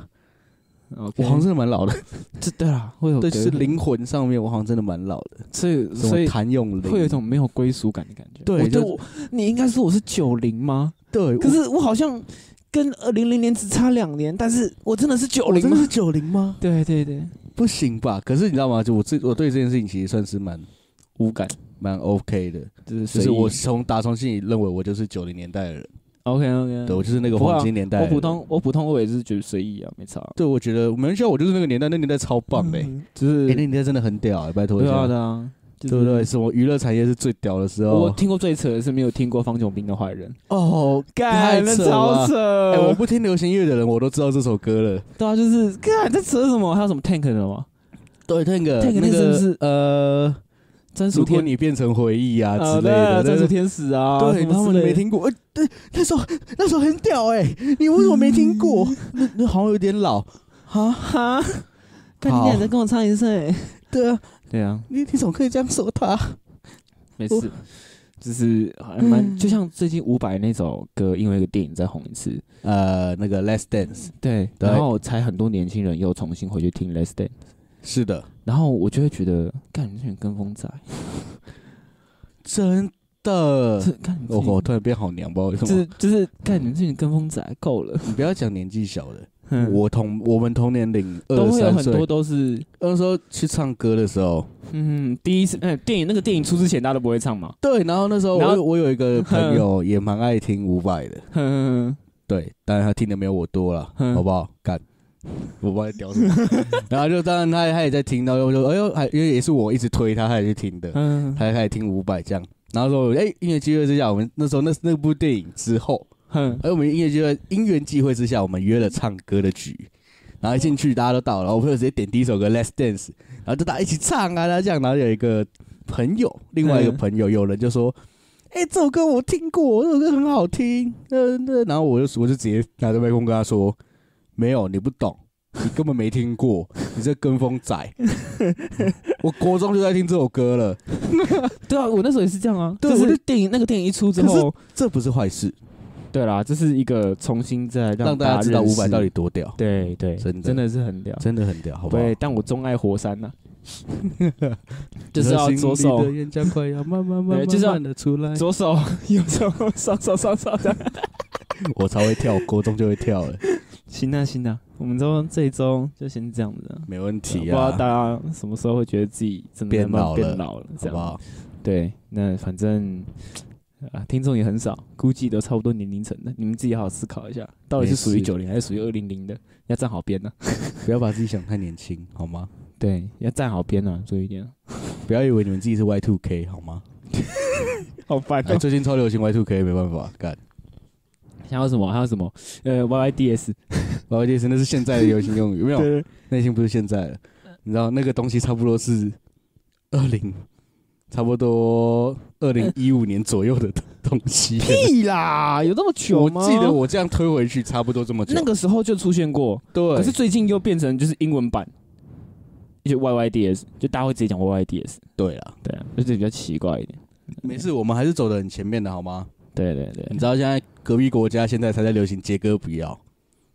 Speaker 3: 我好像真的蛮老的。
Speaker 2: 这对啦，会有
Speaker 3: 对，
Speaker 2: 对
Speaker 3: 是，灵魂上面，我好像真的蛮老的，
Speaker 2: 所以
Speaker 3: 什
Speaker 2: 所
Speaker 3: 么
Speaker 2: 以
Speaker 3: 谭咏麟，
Speaker 2: 会有一种没有归属感的感觉。
Speaker 3: 对
Speaker 2: 我对
Speaker 3: 就
Speaker 2: 我，你应该说我是九零吗？
Speaker 3: 对，
Speaker 2: 可是我好像跟二零零年只差两年，但是我真的是九
Speaker 3: 我我
Speaker 2: 零
Speaker 3: 真的
Speaker 2: 吗？
Speaker 3: 是九零吗？
Speaker 2: 对对对，
Speaker 3: 不行吧？可是你知道吗？就我这我对这件事情其实算是蛮
Speaker 2: 无感，
Speaker 3: 蛮 OK 的，
Speaker 2: 就是
Speaker 3: 就
Speaker 2: 随
Speaker 3: 是
Speaker 2: 意
Speaker 3: 我从打从心里认为我就是九零年代的人，
Speaker 2: OK OK，
Speaker 3: 对我就是那个
Speaker 2: 不会啊
Speaker 3: 黄金年代的
Speaker 2: 我
Speaker 3: 人，
Speaker 2: 普通我普通我也是觉得随意啊，没差。
Speaker 3: 对，我觉得没关系啊，我就是那个年代，那年代超棒的欸、
Speaker 2: 就是
Speaker 3: 哎、那年代真的很屌、欸，拜托
Speaker 2: 嗯
Speaker 3: 一
Speaker 2: 对啊
Speaker 3: 下，
Speaker 2: 对啊，就
Speaker 3: 对不
Speaker 2: 是哦
Speaker 3: 对？？什么娱乐产业是最屌的时
Speaker 2: 我
Speaker 3: 候？
Speaker 2: 听过最扯的是没有听过方炯斌的《坏人》，
Speaker 3: 哦，太
Speaker 2: 那
Speaker 3: 扯了
Speaker 2: 超！扯！
Speaker 3: 哎、
Speaker 2: 哎
Speaker 3: 我不听流行音乐的人，我都知道这首歌了。
Speaker 2: 对啊，就是干在扯什么？还有什么 Tank 的吗？
Speaker 3: 对，那个
Speaker 2: 那个
Speaker 3: 那
Speaker 2: 是
Speaker 3: 个
Speaker 2: 不是
Speaker 3: 呃，
Speaker 2: 专属
Speaker 3: 如果
Speaker 2: 天
Speaker 3: 你变成回忆啊
Speaker 2: 啊
Speaker 3: 之类的，
Speaker 2: 对啊专
Speaker 3: 但
Speaker 2: 属
Speaker 3: 是
Speaker 2: 天使啊，
Speaker 3: 对，
Speaker 2: 什么
Speaker 3: 他们
Speaker 2: 之类的
Speaker 3: 没。听过。哎、对，那首那首很屌哎、你为什么没听过？嗯那那好像有点老啊。
Speaker 2: 哈，看你
Speaker 3: 好
Speaker 2: 俩在跟我唱一次、欸。
Speaker 3: 对啊，
Speaker 2: 对啊，
Speaker 3: 你你怎么可以这样说他？
Speaker 2: 没事，就是还蛮就像最近伍佰那首歌，因为一个电影再红一次，
Speaker 3: 呃，那个《Let's Dance》
Speaker 2: 对，
Speaker 3: 对
Speaker 2: 然后才很多年轻人又重新回去听 Let's Dance，
Speaker 3: 是的，
Speaker 2: 然后我就会觉得，干你这群跟风仔，
Speaker 3: 真的
Speaker 2: 这。干你
Speaker 3: 我
Speaker 2: 这群
Speaker 3: 我突然变好娘，不知道为呃哦什
Speaker 2: 就
Speaker 3: 么。
Speaker 2: 是就是干你们这群跟风仔够了，
Speaker 3: 你不要讲年纪小的，
Speaker 2: 哼
Speaker 3: 我同我们同年龄
Speaker 2: 都
Speaker 3: 二
Speaker 2: 会有
Speaker 3: 嗯三
Speaker 2: 很多
Speaker 3: 岁，
Speaker 2: 都是，
Speaker 3: 那时候去唱歌的时候，
Speaker 2: 嗯，第一次，嗯，电影那个电影出之前大家都不会唱嘛，
Speaker 3: 对，然后那嗯时候我
Speaker 2: 然后
Speaker 3: 有我有一个朋友也蛮爱听伍佰的，
Speaker 2: 哼
Speaker 3: 嗯
Speaker 2: 哼
Speaker 3: 对，当然他听的没有我多了，
Speaker 2: 嗯
Speaker 3: 好不好？干，我不知道在屌什么，然后就当然他他也在听，然后我就哎呦，还因为也是我一直推他，他也去听的，
Speaker 2: 哼
Speaker 3: 他也开始听伍佰这样。然后说，哎、音乐机会之下，我们那时候那那部电影之后，
Speaker 2: 哼
Speaker 3: 哎，我们音乐机会因缘际会之下，我们约了唱歌的局，然后一进去大家都到了，然后我朋友直接点第一首歌《Let's Dance》，然后就大家一起唱啊，大家这样，然后有一个朋友，另外一个
Speaker 2: 嗯
Speaker 3: 朋友，有人就说。哎、这首歌我听过，这首歌很好听。呃，那然后我就我就直接拿着麦克风跟他说：“没有，你不懂，你根本没听过，你这跟风仔。我国中就在听这首歌了，
Speaker 2: 对啊，我那时候也是这样啊，
Speaker 3: 对
Speaker 2: 就是
Speaker 3: 我就
Speaker 2: 电影那个电影一出之
Speaker 3: 可是
Speaker 2: 后，
Speaker 3: 这不是坏事，
Speaker 2: 对啦，这是一个重新再大
Speaker 3: 让大家知道
Speaker 2: 认识
Speaker 3: 伍佰到底多屌，
Speaker 2: 对对，
Speaker 3: 真的
Speaker 2: 真的是很屌。
Speaker 3: 真的很屌，好不好？
Speaker 2: 对，但我钟爱火山 呐、就是要左手
Speaker 3: 你的眼角快要慢慢
Speaker 2: 对
Speaker 3: 慢慢
Speaker 2: 就是要
Speaker 3: 慢的出来。
Speaker 2: 左手、右手、双手、双手的。
Speaker 3: 我超会跳，国中就会跳欸了，
Speaker 2: 行啊，行啊，我们周这一周就先这样子啊、
Speaker 3: 没问
Speaker 2: 不
Speaker 3: 题
Speaker 2: 知道
Speaker 3: 啊
Speaker 2: 大，家什么时候会觉得自己真的
Speaker 3: 变
Speaker 2: 慢慢
Speaker 3: 老了
Speaker 2: 变老了，这
Speaker 3: 好
Speaker 2: 样
Speaker 3: 不好？
Speaker 2: 对，那反正啊，听众也很少，估计都差不多年龄层的，你们自己好好思考一下，到底是属于
Speaker 3: 没事
Speaker 2: 九零还是属于二零零的，要站好边呢、
Speaker 3: 不要把自己想太年轻，好吗？
Speaker 2: 对，要站好边呢、注意一点。
Speaker 3: 不要以为你们自己是 Y two K 好 吗？
Speaker 2: 好烦哦
Speaker 3: 哎，最近超流行 Y two K，没办法，干
Speaker 2: 还有什么？还有什么？呃，YYDS，
Speaker 3: Y two K 那是现在的流行用语，没有，
Speaker 2: 对，
Speaker 3: 那已经不是现在了。你知道那个东西差不多是二零，差不多二零一五年左右的东 西了。
Speaker 2: 屁啦，有那么久
Speaker 3: 我
Speaker 2: 吗？
Speaker 3: 记得我这样推回去，差不多这么久。
Speaker 2: 那个时候就出现过，
Speaker 3: 对，
Speaker 2: 可是最近又变成就是英文版，就 YYDS，就大家会直接讲 YYDS，
Speaker 3: 对啦，
Speaker 2: 对啊，就这比较奇怪一点。
Speaker 3: 没事，我们还是走的很前面的好吗？
Speaker 2: 对对对
Speaker 3: 你，知道现在隔壁国家现在才在流行杰哥不要，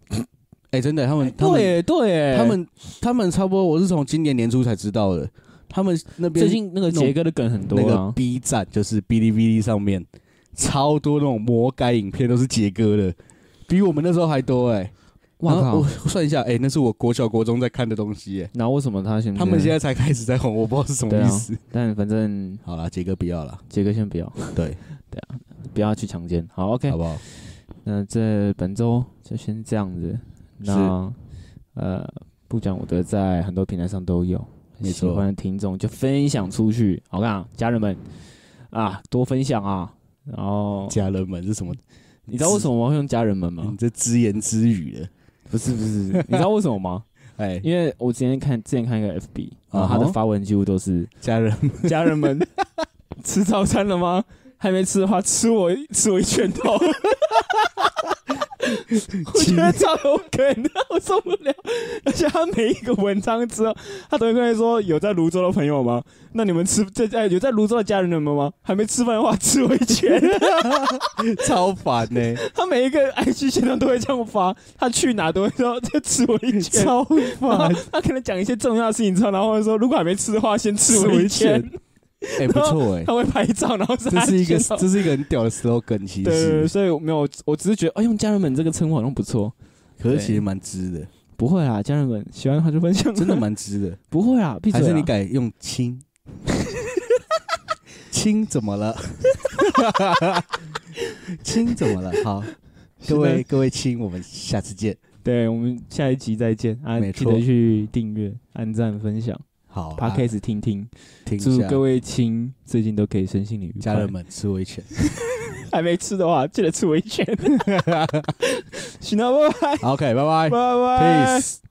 Speaker 3: 哎、真的，他们他们
Speaker 2: 对对，
Speaker 3: 他们他们差不多，我是从今年年初才知道的，他们那边
Speaker 2: 最近那个杰哥的梗很多
Speaker 3: 那个
Speaker 2: 啊，
Speaker 3: B 站就是哔哩哔哩上面超多那种魔改影片都是杰哥的，比我们那时候还多哎、
Speaker 2: 哇
Speaker 3: 然后我
Speaker 2: 靠！
Speaker 3: 算一下，哎、那是我国小国中在看的东西、哎，
Speaker 2: 那为什么他现在
Speaker 3: 他们现在才开始在红，我不知道是什
Speaker 2: 嗯
Speaker 3: 么
Speaker 2: 啊对啊
Speaker 3: 意思。
Speaker 2: 但反正
Speaker 3: 好啦，杰哥不要了，
Speaker 2: 杰哥先不要，
Speaker 3: 对，
Speaker 2: 不要去强奸。好，OK，
Speaker 3: 好不好？
Speaker 2: 那这本周就先这样子。那呃，不讲武德在很多平台上都有，
Speaker 3: 没
Speaker 2: 喜
Speaker 3: 错
Speaker 2: 欢的听众就分享出去，好看、啊，家人们啊，多分享啊。然后
Speaker 3: 家人们是什么？
Speaker 2: 你知道为什么我会用家人们吗
Speaker 3: 你？这只言只语的，
Speaker 2: 不是不是，你知道为什么 吗？
Speaker 3: 哎、
Speaker 2: 因为我之前看之前看一个 FB，然后他
Speaker 3: 啊
Speaker 2: 的
Speaker 3: 哈
Speaker 2: 发文几乎都是
Speaker 3: 家人
Speaker 2: 家人们 吃早餐了吗？还没吃的话，吃我吃我一拳头。 我觉得超有梗的，啊我受不了。而且他每一个文章之后，他都会跟你说有在泸州的朋友吗？那你们吃在在有在泸州的家人们吗？还没吃饭的话，吃我一拳。
Speaker 3: 超烦呢、
Speaker 2: 他每一个 IG 线上都会这样发，他去哪都会说再吃我一 拳。
Speaker 3: 超烦，
Speaker 2: 他可能讲一些重要的事情之后，然后会说如果还没吃的话，先吃我一 拳。。
Speaker 3: 哎、不错哎、
Speaker 2: 他会拍照，然后
Speaker 3: 这是一个
Speaker 2: 他
Speaker 3: 这是一个很屌的 slogan，其
Speaker 2: 对对对，
Speaker 3: 实，
Speaker 2: 所以我没有，我只是觉得，哎，用家人们这个称呼好像不错。
Speaker 3: 可是其实蛮值 的，
Speaker 2: 不会啦，家人们喜欢的话就分享，
Speaker 3: 真的蛮值的。
Speaker 2: 不会啦，闭嘴啊
Speaker 3: 还
Speaker 2: 啦。
Speaker 3: 是你改用 亲， 亲怎么了？亲怎么了？好，各位各位亲，我们下次见。
Speaker 2: 对，我们下一集再见啊！
Speaker 3: 没
Speaker 2: 记
Speaker 3: 错
Speaker 2: 得去订阅、按赞、分享
Speaker 3: 好啊
Speaker 2: p o d c a s 听啊听。
Speaker 3: 停一
Speaker 2: 祝
Speaker 3: 下，
Speaker 2: 各位亲最近都可以身心灵愉
Speaker 3: 家
Speaker 2: 快
Speaker 3: 人。们吃我一 拳。
Speaker 2: 还没吃的话， 记得吃维权。行了，拜拜，
Speaker 3: OK，拜
Speaker 2: 拜
Speaker 3: 拜
Speaker 2: 拜
Speaker 3: ，Peace。